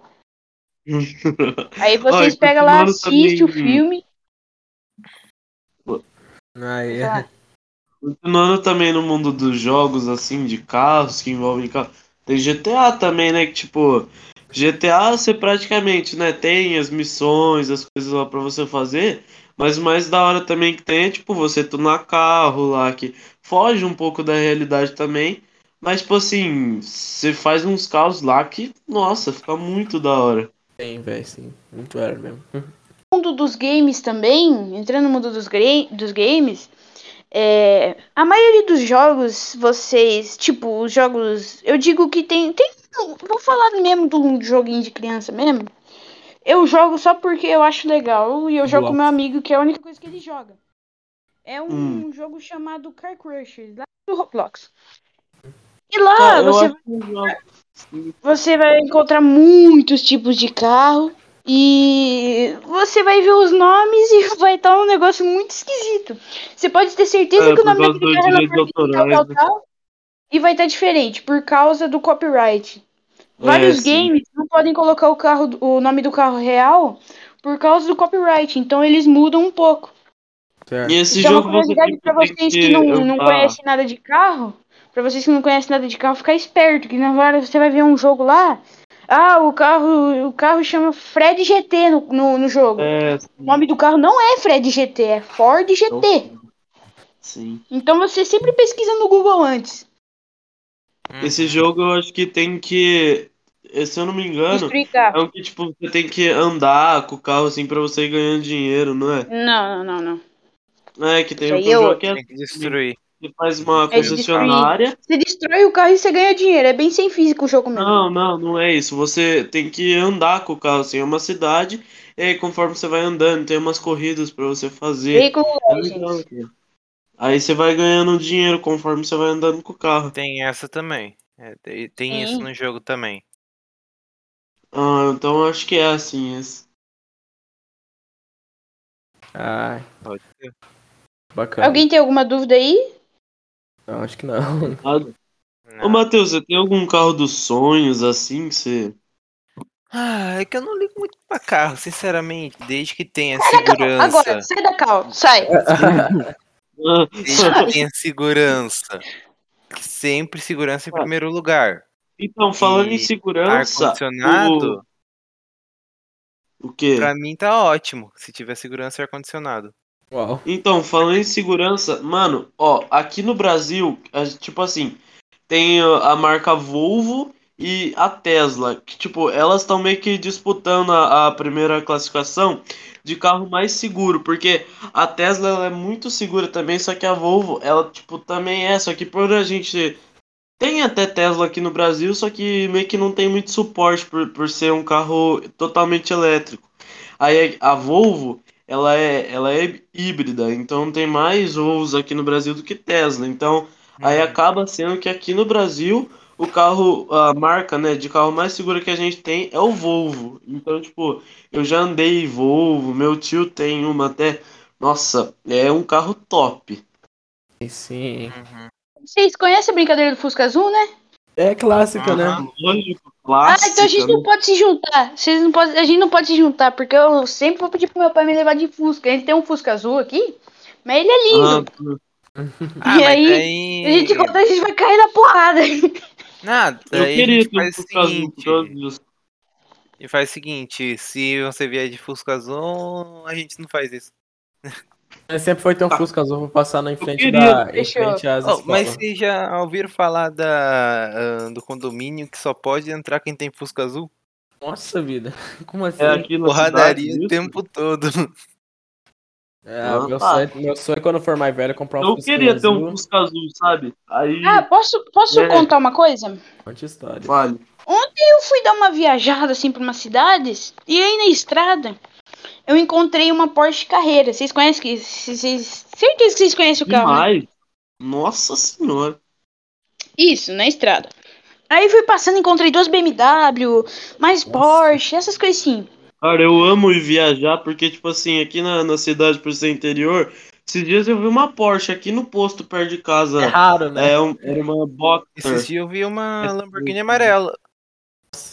[SPEAKER 2] Aí vocês
[SPEAKER 3] e
[SPEAKER 2] pegam lá,
[SPEAKER 3] continuando
[SPEAKER 2] assiste o
[SPEAKER 3] também-
[SPEAKER 2] filme.
[SPEAKER 1] Aí,
[SPEAKER 2] Tá.
[SPEAKER 3] Continuando também no mundo dos jogos, assim, de carros que envolvem carro. Tem GTA também, né? Que tipo. GTA você praticamente, né? Tem as missões, as coisas lá pra você fazer. Mas o mais da hora também que tem é, tipo, você tunar carro lá, que foge um pouco da realidade também. Mas, tipo assim, você faz uns carros lá que, nossa, fica muito da hora.
[SPEAKER 1] tem, velho, sim. Muito era mesmo.
[SPEAKER 2] No mundo dos games também, entrando no mundo dos, gra- dos games, é, a maioria dos jogos, vocês, tipo, os jogos, eu digo que tem, tem, vou falar mesmo de um joguinho de criança mesmo, eu jogo só porque eu acho legal e eu jogo com
[SPEAKER 1] Bloco.
[SPEAKER 2] meu amigo, que é a única coisa que ele joga. É um
[SPEAKER 3] Hum.
[SPEAKER 2] jogo chamado Car Crush, lá do Roblox. E lá,
[SPEAKER 3] Eu
[SPEAKER 2] você
[SPEAKER 3] acho que um jogo-
[SPEAKER 2] você vai encontrar muitos tipos de carro e você vai ver os nomes e vai estar um negócio muito esquisito. Você pode ter certeza
[SPEAKER 3] É,
[SPEAKER 2] que o
[SPEAKER 3] por
[SPEAKER 2] nome
[SPEAKER 3] causa
[SPEAKER 2] daquele
[SPEAKER 3] dos
[SPEAKER 2] carro é
[SPEAKER 3] direitos
[SPEAKER 2] Lamborghini, tal, tal,
[SPEAKER 3] autorais, né?
[SPEAKER 2] tal, e vai estar diferente por causa do copyright. Vários
[SPEAKER 3] É, sim.
[SPEAKER 2] games não podem colocar o carro, o nome do carro real por causa do copyright, então eles mudam um pouco.
[SPEAKER 1] Certo.
[SPEAKER 3] E esse
[SPEAKER 2] Isso é uma
[SPEAKER 3] jogo você
[SPEAKER 2] curiosidade
[SPEAKER 3] tipo,
[SPEAKER 2] pra
[SPEAKER 3] tem
[SPEAKER 2] vocês que não, não
[SPEAKER 3] andar.
[SPEAKER 2] conhecem nada de carro. Pra vocês que não conhecem nada de carro, ficar esperto, que na hora você vai ver um jogo lá. Ah, o carro, o carro chama Fred GT no, no, no jogo.
[SPEAKER 3] É,
[SPEAKER 2] O nome do carro não é Fred GT, é Ford GT.
[SPEAKER 3] sim.
[SPEAKER 2] Então você sempre pesquisa no Google antes.
[SPEAKER 3] Esse jogo eu acho que tem que. eh, Se eu não me engano,
[SPEAKER 2] Destruir carro.
[SPEAKER 3] é um que tipo, você tem que andar com o carro assim pra você ir ganhando dinheiro, não é?
[SPEAKER 2] Não, não, não, não.
[SPEAKER 3] É, que tem
[SPEAKER 2] Isso
[SPEAKER 3] um
[SPEAKER 2] aí
[SPEAKER 3] que
[SPEAKER 2] é
[SPEAKER 3] eu jogo
[SPEAKER 2] outro.
[SPEAKER 3] que é
[SPEAKER 4] Tem que destruir.
[SPEAKER 3] que faz uma
[SPEAKER 4] É de
[SPEAKER 3] concessionária.
[SPEAKER 2] Você destrói o carro e você ganha dinheiro. É bem sem física o jogo mesmo.
[SPEAKER 3] Não, não, não é isso. Você tem que andar com o carro assim, é uma cidade, e aí conforme você vai andando, tem umas corridas pra você fazer.
[SPEAKER 2] Veículo
[SPEAKER 3] É legal, cara. Aí você vai ganhando dinheiro conforme você vai andando com o carro.
[SPEAKER 4] Tem essa também. É, tem tem isso
[SPEAKER 2] Sim.
[SPEAKER 4] no jogo também.
[SPEAKER 3] Ah, então eu acho que é assim. esse.
[SPEAKER 1] Ai,
[SPEAKER 4] Pode ser.
[SPEAKER 1] bacana.
[SPEAKER 2] Alguém tem alguma dúvida aí?
[SPEAKER 1] Não, acho que não.
[SPEAKER 3] Nada.
[SPEAKER 4] Não.
[SPEAKER 3] Ah, Ô, Matheus, você tem algum carro dos sonhos assim que você.
[SPEAKER 4] Ah, é que eu não ligo muito pra carro, sinceramente. Desde que tenha segurança.
[SPEAKER 2] Agora, sai da cal, sai.
[SPEAKER 3] É.
[SPEAKER 4] Desde que tenha segurança. Sempre segurança em
[SPEAKER 3] Ah.
[SPEAKER 4] primeiro lugar.
[SPEAKER 3] então, falando
[SPEAKER 4] E
[SPEAKER 3] em segurança.
[SPEAKER 4] Ar-condicionado,
[SPEAKER 3] O, o quê?
[SPEAKER 4] pra mim tá ótimo. Se tiver segurança e ar-condicionado.
[SPEAKER 1] Uau.
[SPEAKER 3] Então, falando em segurança, mano, ó, aqui no Brasil, a gente- tipo assim, tem a a marca Volvo e a Tesla, que, tipo, elas estão meio que disputando a, a primeira classificação de carro mais seguro, porque a Tesla ela é muito segura também, só que a Volvo, ela, tipo, também é, só que por a gente. Tem até Tesla aqui no Brasil, só que meio que não tem muito suporte por, por ser um carro totalmente elétrico. Aí a Volvo ela é, ela é híbrida, então tem mais voos aqui no Brasil do que Tesla. Então,
[SPEAKER 4] Uhum.
[SPEAKER 3] aí acaba sendo que aqui no Brasil o carro, a marca, né, de carro mais segura que a gente tem é o Volvo. Então, tipo, eu já andei em Volvo, meu tio tem uma até. Nossa, é um carro top.
[SPEAKER 1] E Sim.
[SPEAKER 4] Uhum.
[SPEAKER 2] Vocês conhecem a brincadeira do Fusca Azul, né?
[SPEAKER 1] É clássica, né?
[SPEAKER 4] Aham.
[SPEAKER 3] Lógico,
[SPEAKER 2] ah, então a gente
[SPEAKER 3] clássico.
[SPEAKER 2] não pode se juntar. Vocês não podem, a gente não pode se juntar, porque eu sempre vou pedir pro meu pai me levar de Fusca. Ele tem um Fusca azul aqui, mas ele é lindo. E
[SPEAKER 4] Ah, mas
[SPEAKER 2] aí,
[SPEAKER 4] daí-
[SPEAKER 2] a gente conta, a gente vai cair na porrada.
[SPEAKER 4] Nada,
[SPEAKER 3] eu
[SPEAKER 4] daí a
[SPEAKER 3] queria
[SPEAKER 4] gente
[SPEAKER 3] ter um
[SPEAKER 4] faz o
[SPEAKER 3] Fusca azul por causa
[SPEAKER 4] seguinte.
[SPEAKER 3] disso.
[SPEAKER 4] E faz o seguinte, se você vier de Fusca Azul, a gente não faz isso.
[SPEAKER 1] Sempre foi ter um Fusca azul pra passar na em frente
[SPEAKER 3] Tá. queria,
[SPEAKER 1] da. Em
[SPEAKER 2] deixa eu-
[SPEAKER 1] frente às
[SPEAKER 4] Oh, mas
[SPEAKER 1] escolas.
[SPEAKER 4] vocês já ouviram falar da, ah, do condomínio que só pode entrar quem tem Fusca Azul?
[SPEAKER 1] Nossa vida. Como assim?
[SPEAKER 3] É aqui na
[SPEAKER 4] Porradaria
[SPEAKER 3] cidade,
[SPEAKER 4] o
[SPEAKER 3] isso?
[SPEAKER 4] tempo todo.
[SPEAKER 1] É,
[SPEAKER 3] Ah,
[SPEAKER 1] meu,
[SPEAKER 3] tá.
[SPEAKER 1] sonho, meu sonho é quando eu for mais velho é comprar um
[SPEAKER 3] Eu
[SPEAKER 1] Fusca
[SPEAKER 3] queria ter
[SPEAKER 1] azul.
[SPEAKER 3] um Fusca azul, sabe? Aí,
[SPEAKER 2] Ah, posso, posso
[SPEAKER 3] É.
[SPEAKER 2] contar uma coisa?
[SPEAKER 3] um
[SPEAKER 1] Conte história.
[SPEAKER 3] vale.
[SPEAKER 2] Eu fui dar uma viajada assim pra umas cidades e aí na estrada eu encontrei uma Porsche Carreira. Vocês conhecem que vocês, vocês- certeza que vocês conhecem o carro. né?
[SPEAKER 3] Demais. Nossa senhora.
[SPEAKER 2] Isso, na estrada. Aí fui passando, encontrei duas BMW, mais
[SPEAKER 1] Nossa.
[SPEAKER 2] Porsche, essas coisas assim.
[SPEAKER 3] Cara, eu amo ir viajar porque, tipo assim, aqui na, na cidade, por ser interior, esses dias eu vi uma Porsche aqui no posto perto de
[SPEAKER 1] É
[SPEAKER 3] casa.
[SPEAKER 1] raro, né?
[SPEAKER 3] É, um- era uma
[SPEAKER 4] Esses
[SPEAKER 3] Boxer.
[SPEAKER 4] dias eu vi uma
[SPEAKER 3] É.
[SPEAKER 4] Lamborghini amarela.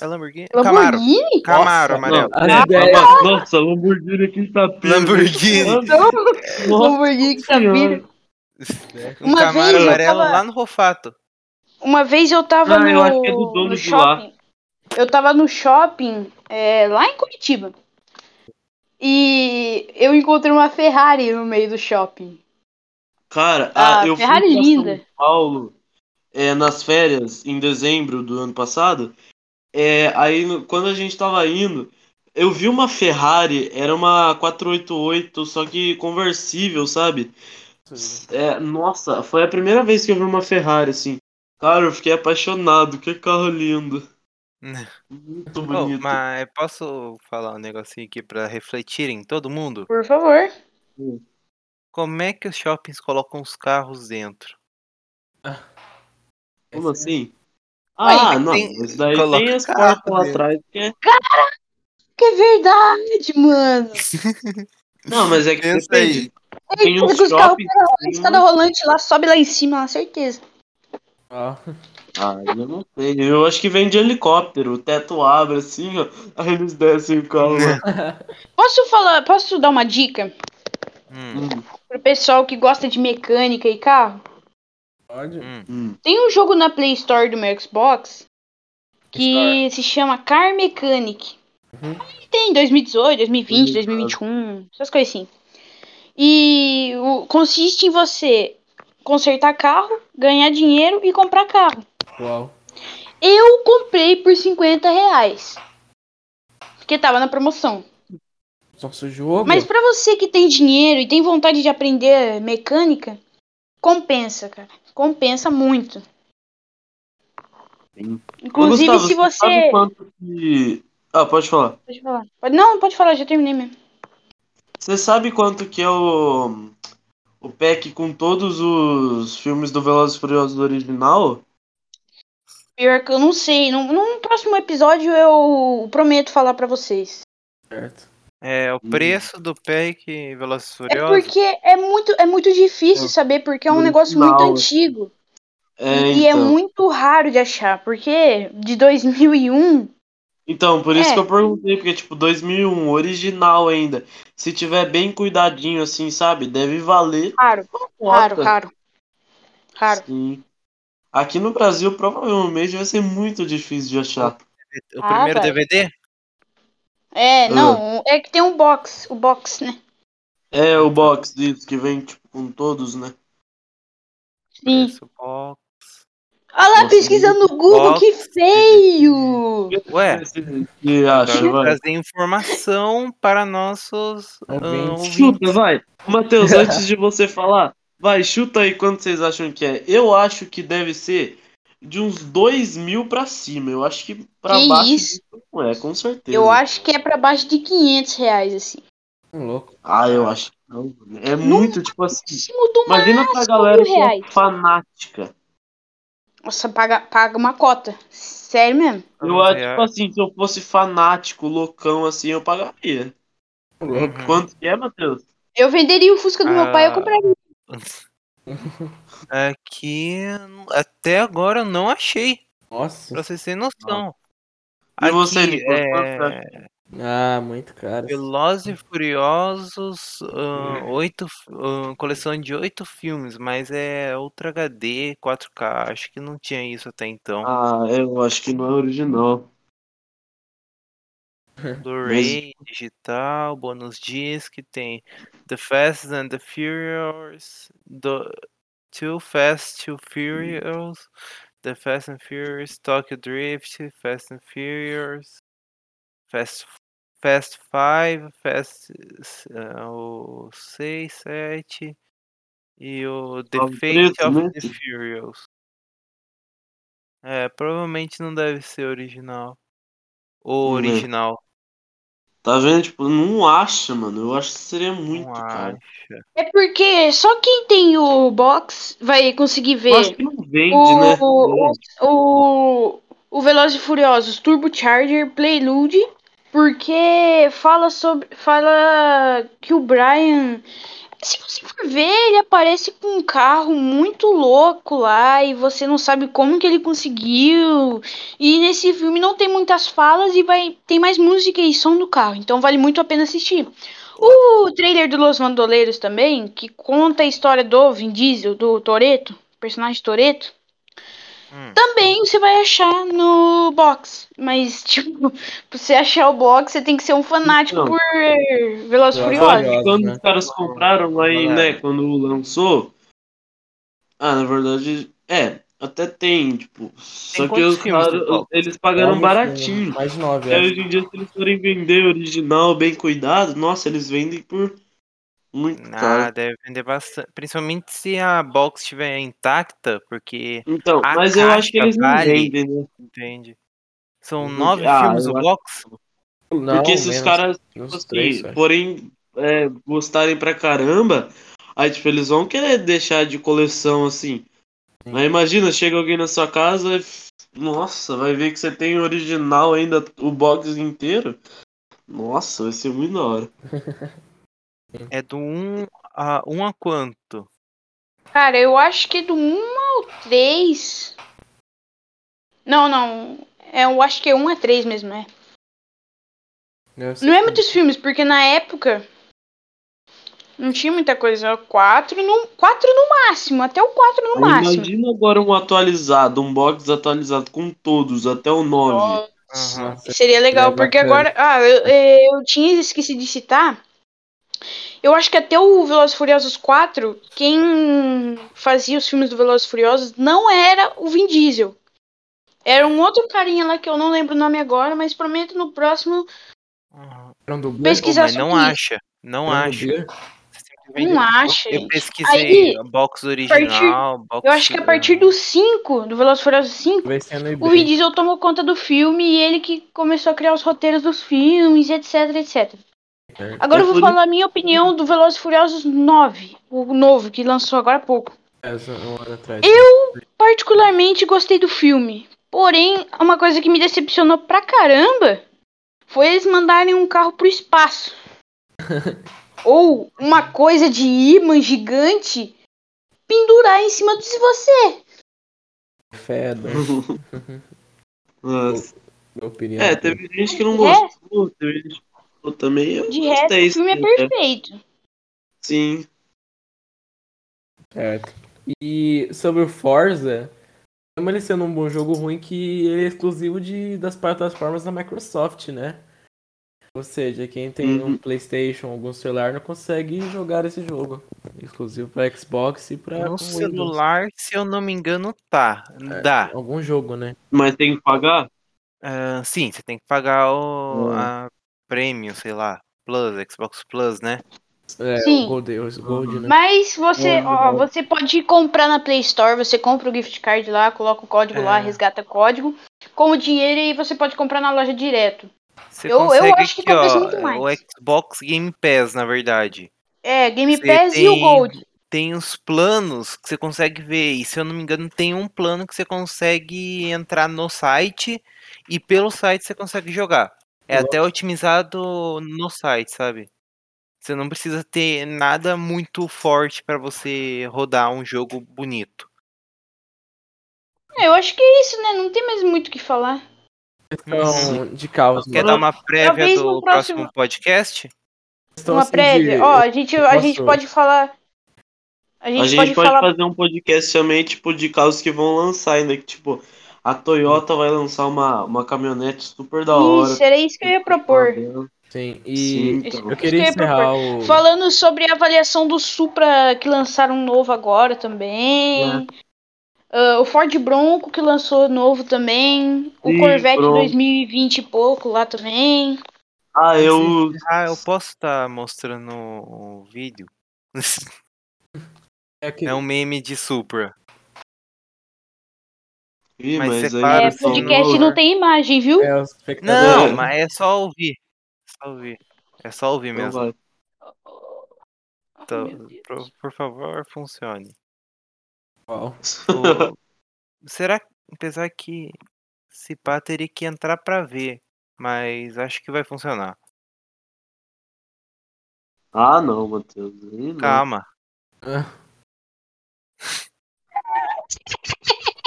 [SPEAKER 4] É Lamborghini? Camaro.
[SPEAKER 2] Lamborghini?
[SPEAKER 4] Camaro
[SPEAKER 1] Nossa,
[SPEAKER 4] amarelo.
[SPEAKER 1] não, as
[SPEAKER 3] É,
[SPEAKER 1] ideias-
[SPEAKER 3] uma- nossa, Lamborghini aqui tá
[SPEAKER 4] Lamborghini.
[SPEAKER 3] Nossa, é,
[SPEAKER 2] Lamborghini que tá
[SPEAKER 3] Senhora.
[SPEAKER 2] vindo.
[SPEAKER 4] Um
[SPEAKER 2] Uma
[SPEAKER 4] Camaro
[SPEAKER 2] vez eu
[SPEAKER 4] amarelo
[SPEAKER 2] tava-
[SPEAKER 4] lá no Rofato.
[SPEAKER 2] Uma vez eu tava
[SPEAKER 3] Ah,
[SPEAKER 2] no,
[SPEAKER 3] eu acho que é do dono
[SPEAKER 2] no
[SPEAKER 3] de lá.
[SPEAKER 2] shopping. Eu tava no shopping é, lá em Curitiba. E eu encontrei uma Ferrari no meio do shopping.
[SPEAKER 3] Cara,
[SPEAKER 2] Ah,
[SPEAKER 3] ah, eu fui pra
[SPEAKER 2] Ferrari linda.
[SPEAKER 3] São Paulo é, nas férias, em dezembro do ano passado. É, aí, no- quando a gente tava indo, eu vi uma Ferrari, era uma 488, só que conversível, sabe? É, nossa, foi a primeira vez que eu vi uma Ferrari assim. Cara, eu fiquei apaixonado, que carro lindo. Muito
[SPEAKER 4] Oh,
[SPEAKER 3] bonito.
[SPEAKER 4] mas posso falar um negocinho aqui pra refletirem todo mundo?
[SPEAKER 2] Por favor.
[SPEAKER 4] Como é que os shoppings colocam os carros dentro?
[SPEAKER 3] Como assim? Ah,
[SPEAKER 4] Ué,
[SPEAKER 3] não,
[SPEAKER 4] tem-
[SPEAKER 3] isso daí
[SPEAKER 4] coloca
[SPEAKER 3] tem as
[SPEAKER 4] carro
[SPEAKER 3] portas lá
[SPEAKER 4] dentro.
[SPEAKER 3] atrás que é...
[SPEAKER 2] Que é verdade, mano.
[SPEAKER 3] Não, mas é que
[SPEAKER 4] Pensa
[SPEAKER 3] depende.
[SPEAKER 4] aí.
[SPEAKER 3] Tem um né? uns
[SPEAKER 2] Porque os carros
[SPEAKER 3] shoppings...
[SPEAKER 2] A escada rolante lá sobe lá em cima, lá, certeza.
[SPEAKER 1] Ó,
[SPEAKER 3] Ah, eu não sei. Eu acho que vem de helicóptero. O teto abre assim, ó. Aí eles descem o carro. lá.
[SPEAKER 2] Posso falar, posso dar uma dica
[SPEAKER 4] Hum,
[SPEAKER 3] Hum,
[SPEAKER 2] pro pessoal que gosta de mecânica e carro?
[SPEAKER 1] pode.
[SPEAKER 4] hum.
[SPEAKER 3] hum.
[SPEAKER 2] Tem um jogo na Play Store do meu Xbox que se chama Car Mechanic.
[SPEAKER 1] Uhum.
[SPEAKER 2] Aí tem 2018, 2020,
[SPEAKER 3] Uhum.
[SPEAKER 2] 2021, essas coisas assim. E o- consiste em você consertar carro, ganhar dinheiro e comprar carro.
[SPEAKER 1] Uau.
[SPEAKER 2] Eu comprei por 50 reais. Porque tava na promoção.
[SPEAKER 1] Nosso jogo.
[SPEAKER 2] Mas pra você que tem dinheiro e tem vontade de aprender mecânica, compensa, cara. Compensa muito.
[SPEAKER 3] Sim.
[SPEAKER 2] Inclusive,
[SPEAKER 3] Gustavo,
[SPEAKER 2] se você.
[SPEAKER 3] Sabe quanto que... Ah, pode falar.
[SPEAKER 2] Pode falar. Pode- Não, pode falar, já terminei mesmo.
[SPEAKER 3] Você sabe quanto que é o, o pack com todos os filmes do Velozes e Furiosos original?
[SPEAKER 2] Pior que eu não sei. Num, num próximo episódio eu prometo falar pra vocês.
[SPEAKER 1] Certo.
[SPEAKER 4] É o preço do pack Velozes e
[SPEAKER 2] É
[SPEAKER 4] Furiosos.
[SPEAKER 2] porque é muito, é muito difícil
[SPEAKER 3] É.
[SPEAKER 2] saber, porque é um
[SPEAKER 3] Muito
[SPEAKER 2] negócio muito
[SPEAKER 3] mal.
[SPEAKER 2] antigo.
[SPEAKER 3] É,
[SPEAKER 2] E é
[SPEAKER 3] então.
[SPEAKER 2] muito raro de achar, porque de 2001.
[SPEAKER 3] Então, por isso
[SPEAKER 2] É.
[SPEAKER 3] que eu perguntei, porque, tipo, 2001, original ainda. Se tiver bem cuidadinho, assim, sabe? Deve valer.
[SPEAKER 2] Raro,
[SPEAKER 3] uma
[SPEAKER 2] raro,
[SPEAKER 3] nota.
[SPEAKER 2] raro. Raro.
[SPEAKER 3] Sim. Aqui no Brasil, provavelmente, vai ser muito difícil de achar.
[SPEAKER 4] O
[SPEAKER 2] Ah,
[SPEAKER 4] primeiro
[SPEAKER 2] velho.
[SPEAKER 4] DVD?
[SPEAKER 2] É, não, é que tem um box, o box, né?
[SPEAKER 3] É o box disso, que vem, tipo, com todos, né?
[SPEAKER 2] Sim.
[SPEAKER 4] Preço, box.
[SPEAKER 2] Olha lá,
[SPEAKER 3] Nossa,
[SPEAKER 2] pesquisando no Google,
[SPEAKER 4] box.
[SPEAKER 2] que feio!
[SPEAKER 4] Ué,
[SPEAKER 3] E acha,
[SPEAKER 4] agora
[SPEAKER 3] vai.
[SPEAKER 4] trazer informação para nossos ah,
[SPEAKER 1] Ouvintes.
[SPEAKER 4] ouvintes.
[SPEAKER 3] Chuta, vai. Matheus, antes de você falar, vai, chuta aí quanto vocês acham que é. Eu acho que deve ser de uns 2 mil pra cima. Eu acho que pra
[SPEAKER 2] Que
[SPEAKER 3] baixo
[SPEAKER 2] isso?
[SPEAKER 3] disso não é, com certeza.
[SPEAKER 2] Eu acho que é pra baixo de 500 reais, assim.
[SPEAKER 1] Um louco.
[SPEAKER 3] Ah, eu acho que não. mano. É muito, tipo assim.
[SPEAKER 2] Acima do
[SPEAKER 3] Imagina pra galera que é
[SPEAKER 2] reais.
[SPEAKER 3] fanática.
[SPEAKER 2] Nossa, paga, paga uma cota. Sério mesmo.
[SPEAKER 3] Eu acho,
[SPEAKER 4] É.
[SPEAKER 3] tipo assim, se eu fosse fanático, loucão, assim, eu pagaria.
[SPEAKER 1] Um louco.
[SPEAKER 4] Hum. Uhum.
[SPEAKER 3] Quanto que é, Matheus?
[SPEAKER 2] Eu venderia o Fusca do meu pai, eu
[SPEAKER 4] Ah.
[SPEAKER 2] compraria.
[SPEAKER 4] Aqui, até agora eu não achei,
[SPEAKER 1] Nossa.
[SPEAKER 4] pra vocês terem noção.
[SPEAKER 3] E você,
[SPEAKER 4] Aqui,
[SPEAKER 3] Nicolas,
[SPEAKER 4] é,
[SPEAKER 3] quanto
[SPEAKER 1] Ah, muito caro.
[SPEAKER 4] Velozes e Furiosos,
[SPEAKER 3] Hum.
[SPEAKER 4] ahn, oito, f- ahn, coleção de oito filmes, mas é Ultra HD, 4K, acho que não tinha isso até então.
[SPEAKER 3] Ah, eu acho que não é original.
[SPEAKER 4] Blu-ray, digital, bônus disc, tem The Fast and the Furious, do, Too Fast, Too Furious, The Fast and Furious, Tokyo Drift, Fast and Furious, Fast, Fast Five, Fast s- ah, o 6, 7 e o The
[SPEAKER 3] Nove
[SPEAKER 4] Fate
[SPEAKER 3] preto,
[SPEAKER 4] of
[SPEAKER 3] né?
[SPEAKER 4] the Furious. É, provavelmente não deve ser original. O
[SPEAKER 3] Não é.
[SPEAKER 4] original.
[SPEAKER 3] Tá vendo? Tipo, não acha, mano. Eu acho que seria muito
[SPEAKER 4] Não
[SPEAKER 3] caro.
[SPEAKER 4] acha.
[SPEAKER 2] É porque só quem tem o box vai conseguir
[SPEAKER 3] Eu acho
[SPEAKER 2] ver
[SPEAKER 3] que não vende,
[SPEAKER 2] o,
[SPEAKER 3] né?
[SPEAKER 2] o, o, o Velozes e Furiosos Turbocharger Playlude, porque fala sobre. Fala que o Brian. Se você for ver, ele aparece com um carro muito louco lá e você não sabe como que ele conseguiu. E nesse filme não tem muitas falas e vai tem mais música e som do carro, então vale muito a pena assistir. O trailer do Los Mandoleiros também, que conta a história do Vin Diesel, do Toreto, personagem Toreto,
[SPEAKER 4] Hum.
[SPEAKER 2] também você vai achar no box. Mas, tipo, pra você achar o box, você tem que ser um fanático
[SPEAKER 3] Então.
[SPEAKER 2] por Velozes e
[SPEAKER 1] Velozes e
[SPEAKER 2] Furiosos.
[SPEAKER 1] Furiosos.
[SPEAKER 3] Quando
[SPEAKER 1] né?
[SPEAKER 3] os caras compraram aí,
[SPEAKER 4] Galera.
[SPEAKER 3] né? Quando lançou. Ah, na verdade, é. Até tem, tipo. Só que
[SPEAKER 4] quantos
[SPEAKER 3] os
[SPEAKER 4] filmes,
[SPEAKER 3] caras,
[SPEAKER 4] Paulo?
[SPEAKER 3] eles
[SPEAKER 1] É
[SPEAKER 3] pagaram
[SPEAKER 1] um
[SPEAKER 3] baratinho.
[SPEAKER 1] Mais de nove,
[SPEAKER 3] É,
[SPEAKER 1] acho.
[SPEAKER 3] hoje em dia, se eles forem vender original, bem cuidado, nossa, eles vendem por muito
[SPEAKER 4] Ah,
[SPEAKER 3] caro.
[SPEAKER 4] deve vender bastante. Principalmente se a box estiver intacta, porque,
[SPEAKER 3] Então,
[SPEAKER 4] A
[SPEAKER 3] mas eu acho que
[SPEAKER 4] caixa
[SPEAKER 3] eles não
[SPEAKER 4] vale.
[SPEAKER 3] vendem, né?
[SPEAKER 4] entende? São
[SPEAKER 3] Entendi.
[SPEAKER 4] nove
[SPEAKER 3] Ah,
[SPEAKER 4] filmes
[SPEAKER 3] eu
[SPEAKER 4] o
[SPEAKER 3] acho-
[SPEAKER 4] box?
[SPEAKER 1] Não,
[SPEAKER 3] Porque se os
[SPEAKER 1] menos,
[SPEAKER 3] caras,
[SPEAKER 1] menos
[SPEAKER 3] tipo
[SPEAKER 1] três,
[SPEAKER 3] assim,
[SPEAKER 1] acho.
[SPEAKER 3] forem é, gostarem pra caramba, aí, tipo, eles vão querer deixar de coleção, assim.
[SPEAKER 1] Sim.
[SPEAKER 3] Aí, imagina, chega alguém na sua casa, f- nossa, vai ver que você tem o original ainda, o box inteiro. Nossa, vai ser muito da hora.
[SPEAKER 4] É do um a, um a quanto?
[SPEAKER 2] Cara, eu acho que é do 1 ao 3. Não, não. É, eu acho que é 1 a 3 mesmo, é.
[SPEAKER 1] Eu sei
[SPEAKER 2] Não é
[SPEAKER 1] que-
[SPEAKER 2] muitos filmes, porque na época não tinha muita coisa. 4 no, 4 no máximo, até o 4 no
[SPEAKER 3] Aí,
[SPEAKER 2] máximo.
[SPEAKER 3] imagina agora um atualizado, um box atualizado com todos, até o 9.
[SPEAKER 4] Aham.
[SPEAKER 1] Nossa,
[SPEAKER 2] Seria legal,
[SPEAKER 1] Seria
[SPEAKER 2] porque
[SPEAKER 1] bacana.
[SPEAKER 2] agora. Ah, eu, eu tinha esquecido de citar. Eu acho que até o Velozes e Furiosos 4, quem fazia os filmes do Velozes e Furiosos não era o Vin Diesel. Era um outro carinha lá que eu não lembro o nome agora, mas prometo no próximo.
[SPEAKER 4] Aham.
[SPEAKER 1] Era um dublê?
[SPEAKER 4] Pô,
[SPEAKER 2] Pesquisar
[SPEAKER 4] hum. mas não
[SPEAKER 2] sobre
[SPEAKER 4] acha. Não
[SPEAKER 1] Era um
[SPEAKER 4] acha.
[SPEAKER 1] dublê?
[SPEAKER 4] Simplesmente-
[SPEAKER 2] Não acha.
[SPEAKER 4] Eu pesquisei
[SPEAKER 2] Aí,
[SPEAKER 4] a box original, box.
[SPEAKER 2] Eu acho que a partir do 5, do Velozes e Furiosos 5,
[SPEAKER 1] Talvez tenha no
[SPEAKER 2] o Vin
[SPEAKER 1] eBay.
[SPEAKER 2] Diesel tomou conta do filme e ele que começou a criar os roteiros dos filmes, etc, etc.
[SPEAKER 1] né?
[SPEAKER 2] Agora eu vou
[SPEAKER 3] Por
[SPEAKER 2] falar a minha opinião do Velozes e Furiosos 9, o novo que lançou agora há pouco.
[SPEAKER 1] Essa, um ano atrás.
[SPEAKER 2] Particularmente gostei do filme, porém uma coisa que me decepcionou pra caramba foi eles mandarem um carro pro espaço. Ou uma coisa de imã gigante pendurar em cima de você.
[SPEAKER 1] Feda,
[SPEAKER 3] Nossa.
[SPEAKER 1] minha opinião.
[SPEAKER 3] É, teve gente que não
[SPEAKER 2] É.
[SPEAKER 3] gostou, teve gente que gostou também. Eu
[SPEAKER 2] De resto,
[SPEAKER 3] gostei,
[SPEAKER 2] o filme é
[SPEAKER 3] sim,
[SPEAKER 2] perfeito.
[SPEAKER 3] Sim.
[SPEAKER 1] Certo. E sobre o Forza, mesmo ele sendo um bom jogo ruim, que ele é exclusivo de, das plataformas da Microsoft, né? Ou seja, quem tem um
[SPEAKER 3] Uhum.
[SPEAKER 1] Playstation, algum celular, não consegue jogar esse jogo. Exclusivo pra Xbox e
[SPEAKER 3] Ah,
[SPEAKER 1] pra
[SPEAKER 4] No
[SPEAKER 1] Windows.
[SPEAKER 4] Um celular, se eu não me engano, tá.
[SPEAKER 3] É.
[SPEAKER 4] Dá.
[SPEAKER 1] Algum jogo, né?
[SPEAKER 3] Mas tem que pagar?
[SPEAKER 4] Ah, sim, você tem que pagar o
[SPEAKER 3] Hum.
[SPEAKER 4] a Premium, sei lá, Plus, Xbox Plus, né?
[SPEAKER 1] É,
[SPEAKER 2] Sim.
[SPEAKER 1] o Gold, o
[SPEAKER 3] Uhum.
[SPEAKER 1] Gold né?
[SPEAKER 2] Mas você,
[SPEAKER 1] Bom,
[SPEAKER 2] ó,
[SPEAKER 1] bom.
[SPEAKER 2] você pode comprar na Play Store, você compra o gift card lá, coloca o código
[SPEAKER 1] É.
[SPEAKER 2] lá, resgata código. Com o dinheiro aí você pode comprar na loja direto.
[SPEAKER 4] Você
[SPEAKER 2] Eu- eu
[SPEAKER 4] consegue
[SPEAKER 2] acho que
[SPEAKER 4] aqui, ó,
[SPEAKER 2] compensa muito mais.
[SPEAKER 4] o Xbox Game Pass, na verdade.
[SPEAKER 2] É, Game
[SPEAKER 4] Você
[SPEAKER 2] Pass e o
[SPEAKER 4] tem-
[SPEAKER 2] Gold.
[SPEAKER 4] Tem os planos que você consegue ver, e se eu não me engano, tem um plano que você consegue entrar no site e pelo site você consegue jogar.
[SPEAKER 3] Uhum.
[SPEAKER 4] É
[SPEAKER 1] Nossa.
[SPEAKER 4] até otimizado no site, sabe? Você não precisa ter nada muito forte pra você rodar um jogo bonito.
[SPEAKER 2] É, eu acho que é isso, né? Não tem mais muito o que falar.
[SPEAKER 1] Então, de carros,
[SPEAKER 4] Quer
[SPEAKER 3] Uhum.
[SPEAKER 1] mano.
[SPEAKER 4] dar uma prévia
[SPEAKER 2] Talvez no
[SPEAKER 4] do
[SPEAKER 2] próximo-
[SPEAKER 4] próximo podcast? Então,
[SPEAKER 1] Questão,
[SPEAKER 2] Uma
[SPEAKER 1] assim, de-
[SPEAKER 2] prévia. Ó, a gente, a
[SPEAKER 1] posso-
[SPEAKER 2] gente pode falar. A gente,
[SPEAKER 3] A gente
[SPEAKER 2] pode,
[SPEAKER 3] pode,
[SPEAKER 2] falar.
[SPEAKER 3] fazer um podcast também, tipo, de carros que vão lançar ainda, que, tipo, a Toyota vai lançar uma, uma caminhonete super da hora.
[SPEAKER 2] é Isso, era isso que eu ia
[SPEAKER 3] Tá
[SPEAKER 2] propor.
[SPEAKER 1] Sim, e
[SPEAKER 3] Sim,
[SPEAKER 2] Isso-
[SPEAKER 3] então.
[SPEAKER 1] eu queria
[SPEAKER 2] isso que é eu ia
[SPEAKER 1] encerrar o...
[SPEAKER 2] Falando sobre a avaliação do Supra que lançaram um novo agora
[SPEAKER 3] Né.
[SPEAKER 2] também. Ah, o Ford Bronco que lançou novo também. O
[SPEAKER 3] Ih,
[SPEAKER 2] Corvette
[SPEAKER 3] Bronco.
[SPEAKER 2] 2020 e pouco lá também.
[SPEAKER 3] Ah, eu.
[SPEAKER 4] Ah, eu posso estar mostrando o vídeo?
[SPEAKER 1] É que-
[SPEAKER 4] É um meme de Supra.
[SPEAKER 3] Ih,
[SPEAKER 4] Mas
[SPEAKER 3] mas,
[SPEAKER 4] é
[SPEAKER 3] aí
[SPEAKER 4] claro,
[SPEAKER 2] É,
[SPEAKER 3] eles são né?
[SPEAKER 2] podcast
[SPEAKER 3] novos.
[SPEAKER 2] não tem imagem, viu?
[SPEAKER 1] é, os espectadores-
[SPEAKER 4] Não,
[SPEAKER 3] É.
[SPEAKER 4] mas é só ouvir. É só ouvir. É só ouvir
[SPEAKER 3] Então
[SPEAKER 4] mesmo.
[SPEAKER 3] vai.
[SPEAKER 4] Então,
[SPEAKER 2] meu Deus.
[SPEAKER 4] por, por favor, funcione.
[SPEAKER 1] Uau.
[SPEAKER 4] O- Será que, apesar que se pá, teria que entrar pra ver, mas acho que vai funcionar.
[SPEAKER 3] Ah, não, Matheus. Ih, não.
[SPEAKER 4] Calma.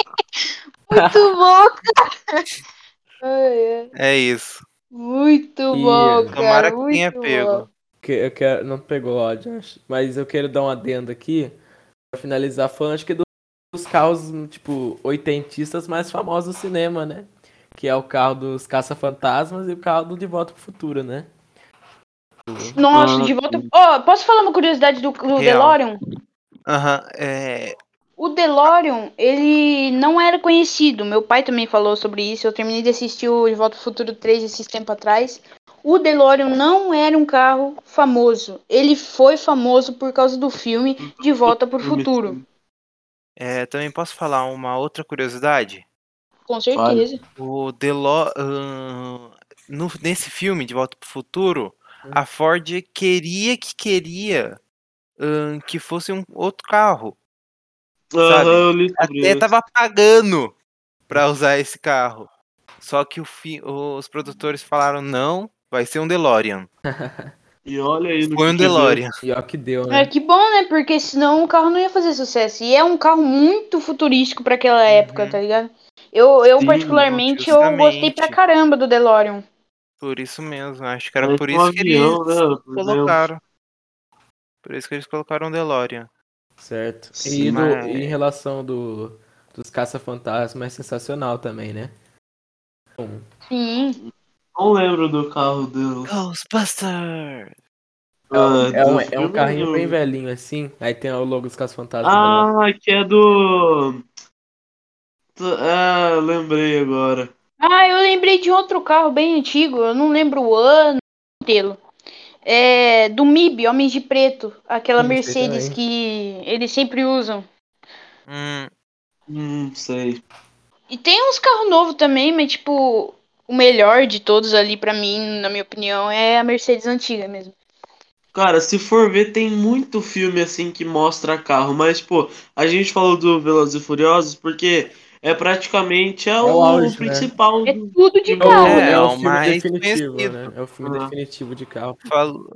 [SPEAKER 2] Muito bom, cara. Ai, ai.
[SPEAKER 4] É isso.
[SPEAKER 2] Muito
[SPEAKER 1] Ih,
[SPEAKER 2] bom, cara.
[SPEAKER 4] Tomara que
[SPEAKER 2] É muito
[SPEAKER 4] tenha
[SPEAKER 2] bom.
[SPEAKER 4] pego.
[SPEAKER 1] Que eu quero, não pegou ódio, acho. mas eu quero dar um adendo aqui pra finalizar falando acho que do- dos carros tipo oitentistas mais famosos do cinema, né? Que é o carro dos caça-fantasmas e o carro do De Volta pro Futuro, né?
[SPEAKER 2] Nossa,
[SPEAKER 3] Ah,
[SPEAKER 2] de volta. Ó, posso falar uma curiosidade do, do
[SPEAKER 4] Real.
[SPEAKER 2] DeLorean?
[SPEAKER 4] Aham, é.
[SPEAKER 2] O DeLorean, ele não era conhecido. Meu pai também falou sobre isso. Eu terminei de assistir o De Volta ao Futuro 3 esses tempos atrás. O DeLorean não era um carro famoso. Ele foi famoso por causa do filme De Volta para o Futuro.
[SPEAKER 4] é, Também posso falar uma outra curiosidade?
[SPEAKER 2] Com certeza.
[SPEAKER 4] O Delo... ahn, no- nesse filme, De Volta pro Futuro,
[SPEAKER 3] Hum.
[SPEAKER 4] a Ford queria que queria ahn, que fosse um outro carro.
[SPEAKER 3] Aham,
[SPEAKER 4] Sabe?
[SPEAKER 3] eu li sobre
[SPEAKER 4] Até
[SPEAKER 3] isso. Hum.
[SPEAKER 4] tava pagando pra usar esse carro. Só que o fi- os produtores falaram, não, vai ser um DeLorean.
[SPEAKER 3] E olha aí no
[SPEAKER 4] Foi um
[SPEAKER 3] que que deu.
[SPEAKER 4] DeLorean.
[SPEAKER 1] E ó que deu,
[SPEAKER 2] É
[SPEAKER 1] né?
[SPEAKER 2] que bom, né? Porque senão o carro não ia fazer sucesso. E é um carro muito futurístico para aquela época, tá ligado? Eu, eu
[SPEAKER 3] Sim,
[SPEAKER 2] particularmente, eu
[SPEAKER 4] justamente.
[SPEAKER 2] gostei pra caramba do DeLorean.
[SPEAKER 4] Por isso mesmo, acho que era
[SPEAKER 3] Mas
[SPEAKER 4] por
[SPEAKER 3] um
[SPEAKER 4] isso que eles
[SPEAKER 3] avião, né, por exemplo.
[SPEAKER 4] colocaram. Por isso que eles colocaram um DeLorean.
[SPEAKER 1] Certo. E
[SPEAKER 3] Sim,
[SPEAKER 1] do-
[SPEAKER 4] mas-
[SPEAKER 1] e em relação do, dos caça-fantasmas é sensacional também, né?
[SPEAKER 2] Sim.
[SPEAKER 3] Não lembro do carro do.
[SPEAKER 4] Ghostbuster!
[SPEAKER 3] ah,
[SPEAKER 1] É um, é um
[SPEAKER 3] do filme
[SPEAKER 1] carrinho
[SPEAKER 3] do-
[SPEAKER 1] bem velhinho assim, aí tem o logo dos caça-fantasmas. né? lá.
[SPEAKER 3] Ah, que é do. do- Ah, lembrei agora.
[SPEAKER 2] Ah, eu lembrei de outro carro bem antigo, eu não lembro o ano, o modelo. É do MIB, Homens de Preto, aquela
[SPEAKER 1] Sim, sei
[SPEAKER 2] Mercedes
[SPEAKER 1] também.
[SPEAKER 2] que eles sempre usam.
[SPEAKER 4] Hum,
[SPEAKER 3] Não Hum, sei.
[SPEAKER 2] E tem uns carros novos também, mas tipo, o melhor de todos ali pra mim, na minha opinião, é a Mercedes antiga mesmo.
[SPEAKER 3] Cara, se for ver, tem muito filme assim que mostra carro, mas, pô, a gente falou do Velozes e Furiosos porque é praticamente é
[SPEAKER 1] o
[SPEAKER 3] o,
[SPEAKER 1] auge, né?
[SPEAKER 3] principal.
[SPEAKER 2] É
[SPEAKER 3] do-
[SPEAKER 2] tudo de
[SPEAKER 1] É, o-
[SPEAKER 2] carro.
[SPEAKER 4] Uhum.
[SPEAKER 2] né?
[SPEAKER 4] É,
[SPEAKER 1] é
[SPEAKER 4] é
[SPEAKER 1] o
[SPEAKER 4] o
[SPEAKER 1] filme
[SPEAKER 4] mais
[SPEAKER 1] definitivo,
[SPEAKER 4] conhecido.
[SPEAKER 1] né? É o filme
[SPEAKER 3] Ah.
[SPEAKER 1] definitivo de carro.
[SPEAKER 4] falo-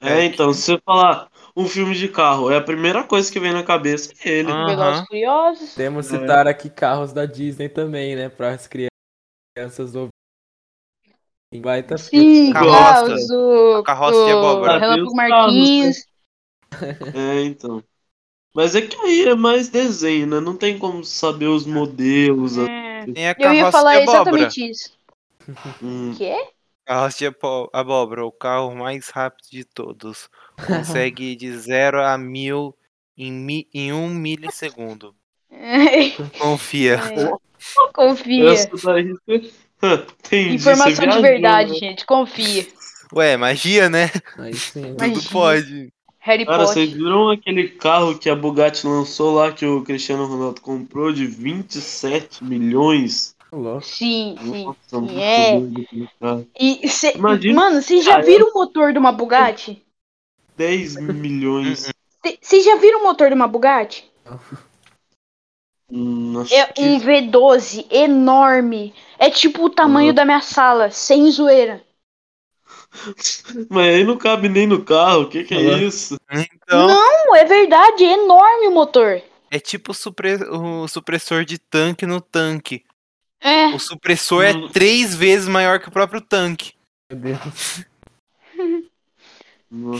[SPEAKER 3] É, então, se você falar um filme de carro, é a primeira coisa que vem na cabeça é ele.
[SPEAKER 4] Ah.
[SPEAKER 2] Velozes
[SPEAKER 4] Aham.
[SPEAKER 2] e Furiosos.
[SPEAKER 1] Temos
[SPEAKER 3] É.
[SPEAKER 1] citar aqui carros da Disney também, né? Para as crianças- crianças ouvirem. Baita
[SPEAKER 2] Sim,
[SPEAKER 4] Carroça.
[SPEAKER 2] Klaus, o,
[SPEAKER 4] Carroça de
[SPEAKER 2] o
[SPEAKER 4] abóbora.
[SPEAKER 2] Relâmpago
[SPEAKER 3] Meu Deus,
[SPEAKER 2] Marquinhos.
[SPEAKER 3] É, então. Mas é que aí é mais desenho, né? Não tem como saber os modelos. a-
[SPEAKER 2] É.
[SPEAKER 4] Tem
[SPEAKER 2] Eu
[SPEAKER 4] a
[SPEAKER 2] ia
[SPEAKER 4] carroça
[SPEAKER 2] falar
[SPEAKER 4] de abóbora.
[SPEAKER 2] exatamente isso.
[SPEAKER 3] Hum.
[SPEAKER 2] Que é?
[SPEAKER 4] Carroça de abó- abóbora, o carro mais rápido de todos. Consegue ir de 0 a 1000 em, mi... em 1 milissegundo. Confia.
[SPEAKER 2] Confia.
[SPEAKER 3] Essa daí. Entendi, você
[SPEAKER 2] Informação de
[SPEAKER 3] viajou,
[SPEAKER 2] verdade,
[SPEAKER 3] né?
[SPEAKER 2] gente. Confia.
[SPEAKER 4] Ué, magia, né?
[SPEAKER 1] Aí sim.
[SPEAKER 2] Mas-
[SPEAKER 4] Tudo pode.
[SPEAKER 2] Harry
[SPEAKER 3] Cara, vocês
[SPEAKER 2] Potter.
[SPEAKER 3] viram aquele carro que a Bugatti lançou lá que o Cristiano Ronaldo comprou de 27 milhões?
[SPEAKER 1] Louco.
[SPEAKER 2] Sim, sim.
[SPEAKER 3] Nossa, muito
[SPEAKER 2] É.
[SPEAKER 3] doido aquele carro.
[SPEAKER 2] E cê,
[SPEAKER 3] Imagina-
[SPEAKER 2] mano, vocês já
[SPEAKER 3] Ah, eu-
[SPEAKER 2] viram o motor de uma Bugatti?
[SPEAKER 3] 10
[SPEAKER 2] Uhum.
[SPEAKER 3] milhões.
[SPEAKER 2] Vocês já viram o motor de uma Bugatti?
[SPEAKER 3] Hum, acho
[SPEAKER 2] É
[SPEAKER 3] que-
[SPEAKER 2] um V12 enorme. É tipo o tamanho
[SPEAKER 3] Uhum.
[SPEAKER 2] da minha sala, sem zoeira.
[SPEAKER 3] Mas aí não cabe nem no carro, o que, que é
[SPEAKER 1] Olha lá.
[SPEAKER 2] Uhum.
[SPEAKER 3] isso?
[SPEAKER 4] Então,
[SPEAKER 2] Não, é verdade, é enorme o motor.
[SPEAKER 4] é tipo o supre- o supressor de tanque no tanque.
[SPEAKER 2] É.
[SPEAKER 4] O supressor é
[SPEAKER 3] Hum.
[SPEAKER 4] três vezes maior que o próprio tanque.
[SPEAKER 1] Meu Deus.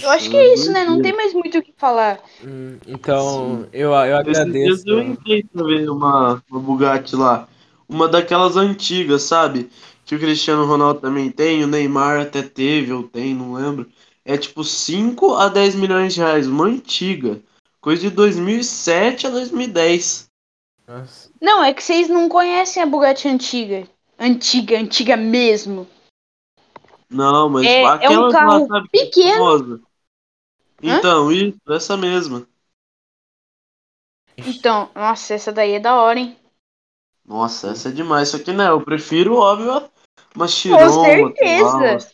[SPEAKER 2] Eu acho que é isso, né? Não tem mais muito o que falar.
[SPEAKER 1] Hum, Então, eu, eu
[SPEAKER 3] Esses dias
[SPEAKER 1] agradeço. né?
[SPEAKER 3] eu entrei pra ver uma, uma Bugatti lá. Uma daquelas antigas, sabe? Que o Cristiano Ronaldo também tem, o Neymar até teve, ou tem, não lembro. É tipo 5 a 10 milhões de reais, uma antiga. Coisa de 2007 a 2010.
[SPEAKER 1] Nossa.
[SPEAKER 2] Não, é que vocês não conhecem a Bugatti antiga. Antiga, antiga mesmo.
[SPEAKER 3] Não, mas
[SPEAKER 2] É- é um
[SPEAKER 3] aquelas
[SPEAKER 2] carro
[SPEAKER 3] lá, sabe? que é
[SPEAKER 2] pequeno.
[SPEAKER 3] famosa.
[SPEAKER 2] Hã?
[SPEAKER 3] Então, isso, essa mesma.
[SPEAKER 2] Então, nossa, essa daí é da hora, hein?
[SPEAKER 3] Nossa, essa é demais. Só que, né, eu prefiro, óbvio, a- uma Chiron.
[SPEAKER 2] Com
[SPEAKER 3] uma
[SPEAKER 2] certeza.
[SPEAKER 3] Taurus,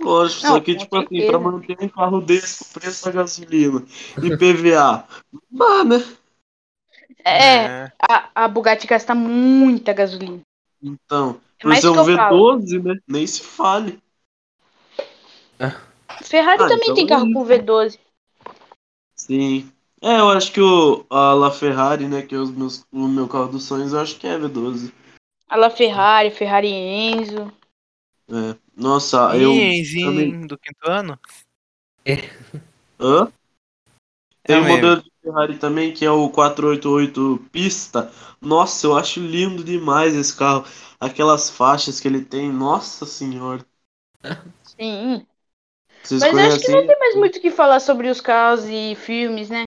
[SPEAKER 3] Lógico,
[SPEAKER 2] Não,
[SPEAKER 3] só que,
[SPEAKER 2] com
[SPEAKER 3] tipo assim,
[SPEAKER 2] certeza.
[SPEAKER 3] pra manter um carro desse com preço da gasolina e PVA, não dá, né?
[SPEAKER 2] É, a, a Bugatti gasta muita gasolina.
[SPEAKER 3] Então,
[SPEAKER 2] É
[SPEAKER 3] por
[SPEAKER 2] mais
[SPEAKER 3] ser um
[SPEAKER 2] que eu falo.
[SPEAKER 3] V12, né? Nem se fale.
[SPEAKER 2] Ferrari
[SPEAKER 3] Ah,
[SPEAKER 2] também
[SPEAKER 3] então
[SPEAKER 2] tem
[SPEAKER 3] é
[SPEAKER 2] carro
[SPEAKER 3] isso.
[SPEAKER 2] com V12.
[SPEAKER 3] Sim. É, eu acho que o, a LaFerrari, né, que é os meus, o meu carro dos sonhos, eu acho que é V12.
[SPEAKER 2] A La Ferrari, Ferrari Enzo.
[SPEAKER 3] É. Nossa, eu.
[SPEAKER 4] Ienzinho
[SPEAKER 3] também-
[SPEAKER 4] do quinto ano?
[SPEAKER 3] Hã? Tem um
[SPEAKER 4] Também.
[SPEAKER 3] modelo de Ferrari também, que é o 488 Pista. Nossa, eu acho lindo demais esse carro. Aquelas faixas que ele tem, nossa senhora.
[SPEAKER 2] Sim.
[SPEAKER 3] Vocês
[SPEAKER 2] Mas acho que não
[SPEAKER 3] conhecem?
[SPEAKER 2] tem mais muito o que falar sobre os carros e filmes, né?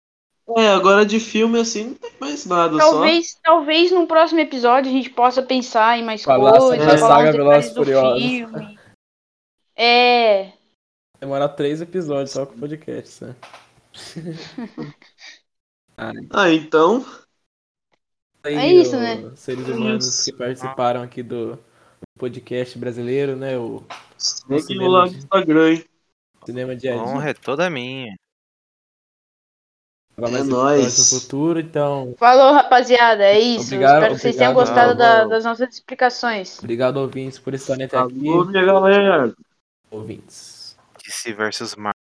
[SPEAKER 3] É, agora de filme assim não tem mais nada,
[SPEAKER 2] Talvez, talvez num próximo episódio a gente possa pensar em mais
[SPEAKER 1] Falar sobre
[SPEAKER 2] coisas,
[SPEAKER 3] a
[SPEAKER 2] falar
[SPEAKER 1] saga
[SPEAKER 2] uns detalhes
[SPEAKER 1] Velozes e
[SPEAKER 2] do
[SPEAKER 1] Furiosos.
[SPEAKER 2] filme. É,
[SPEAKER 1] Demora três episódios só com o podcast, né?
[SPEAKER 3] só. Ah, então.
[SPEAKER 1] Aí,
[SPEAKER 2] É isso,
[SPEAKER 1] os
[SPEAKER 2] né?
[SPEAKER 1] Seres humanos
[SPEAKER 3] Isso.
[SPEAKER 1] que participaram aqui do podcast brasileiro, né? O
[SPEAKER 3] Segue
[SPEAKER 1] cinema.
[SPEAKER 3] lá no Instagram, hein?
[SPEAKER 1] cinema de
[SPEAKER 4] A
[SPEAKER 1] a dia.
[SPEAKER 4] honra é toda minha.
[SPEAKER 1] Pra mais
[SPEAKER 3] É
[SPEAKER 1] episódios
[SPEAKER 3] nóis.
[SPEAKER 1] no futuro, então.
[SPEAKER 2] falou rapaziada, é isso.
[SPEAKER 1] Obrigado,
[SPEAKER 2] Espero que vocês tenham
[SPEAKER 1] obrigado,
[SPEAKER 2] gostado da-
[SPEAKER 3] Ah,
[SPEAKER 4] valeu.
[SPEAKER 2] das nossas explicações.
[SPEAKER 1] Obrigado, ouvintes, por estarem até Tá aqui.
[SPEAKER 3] Falou, minha galera.
[SPEAKER 1] Ouvintes.
[SPEAKER 4] DC versus Marvel.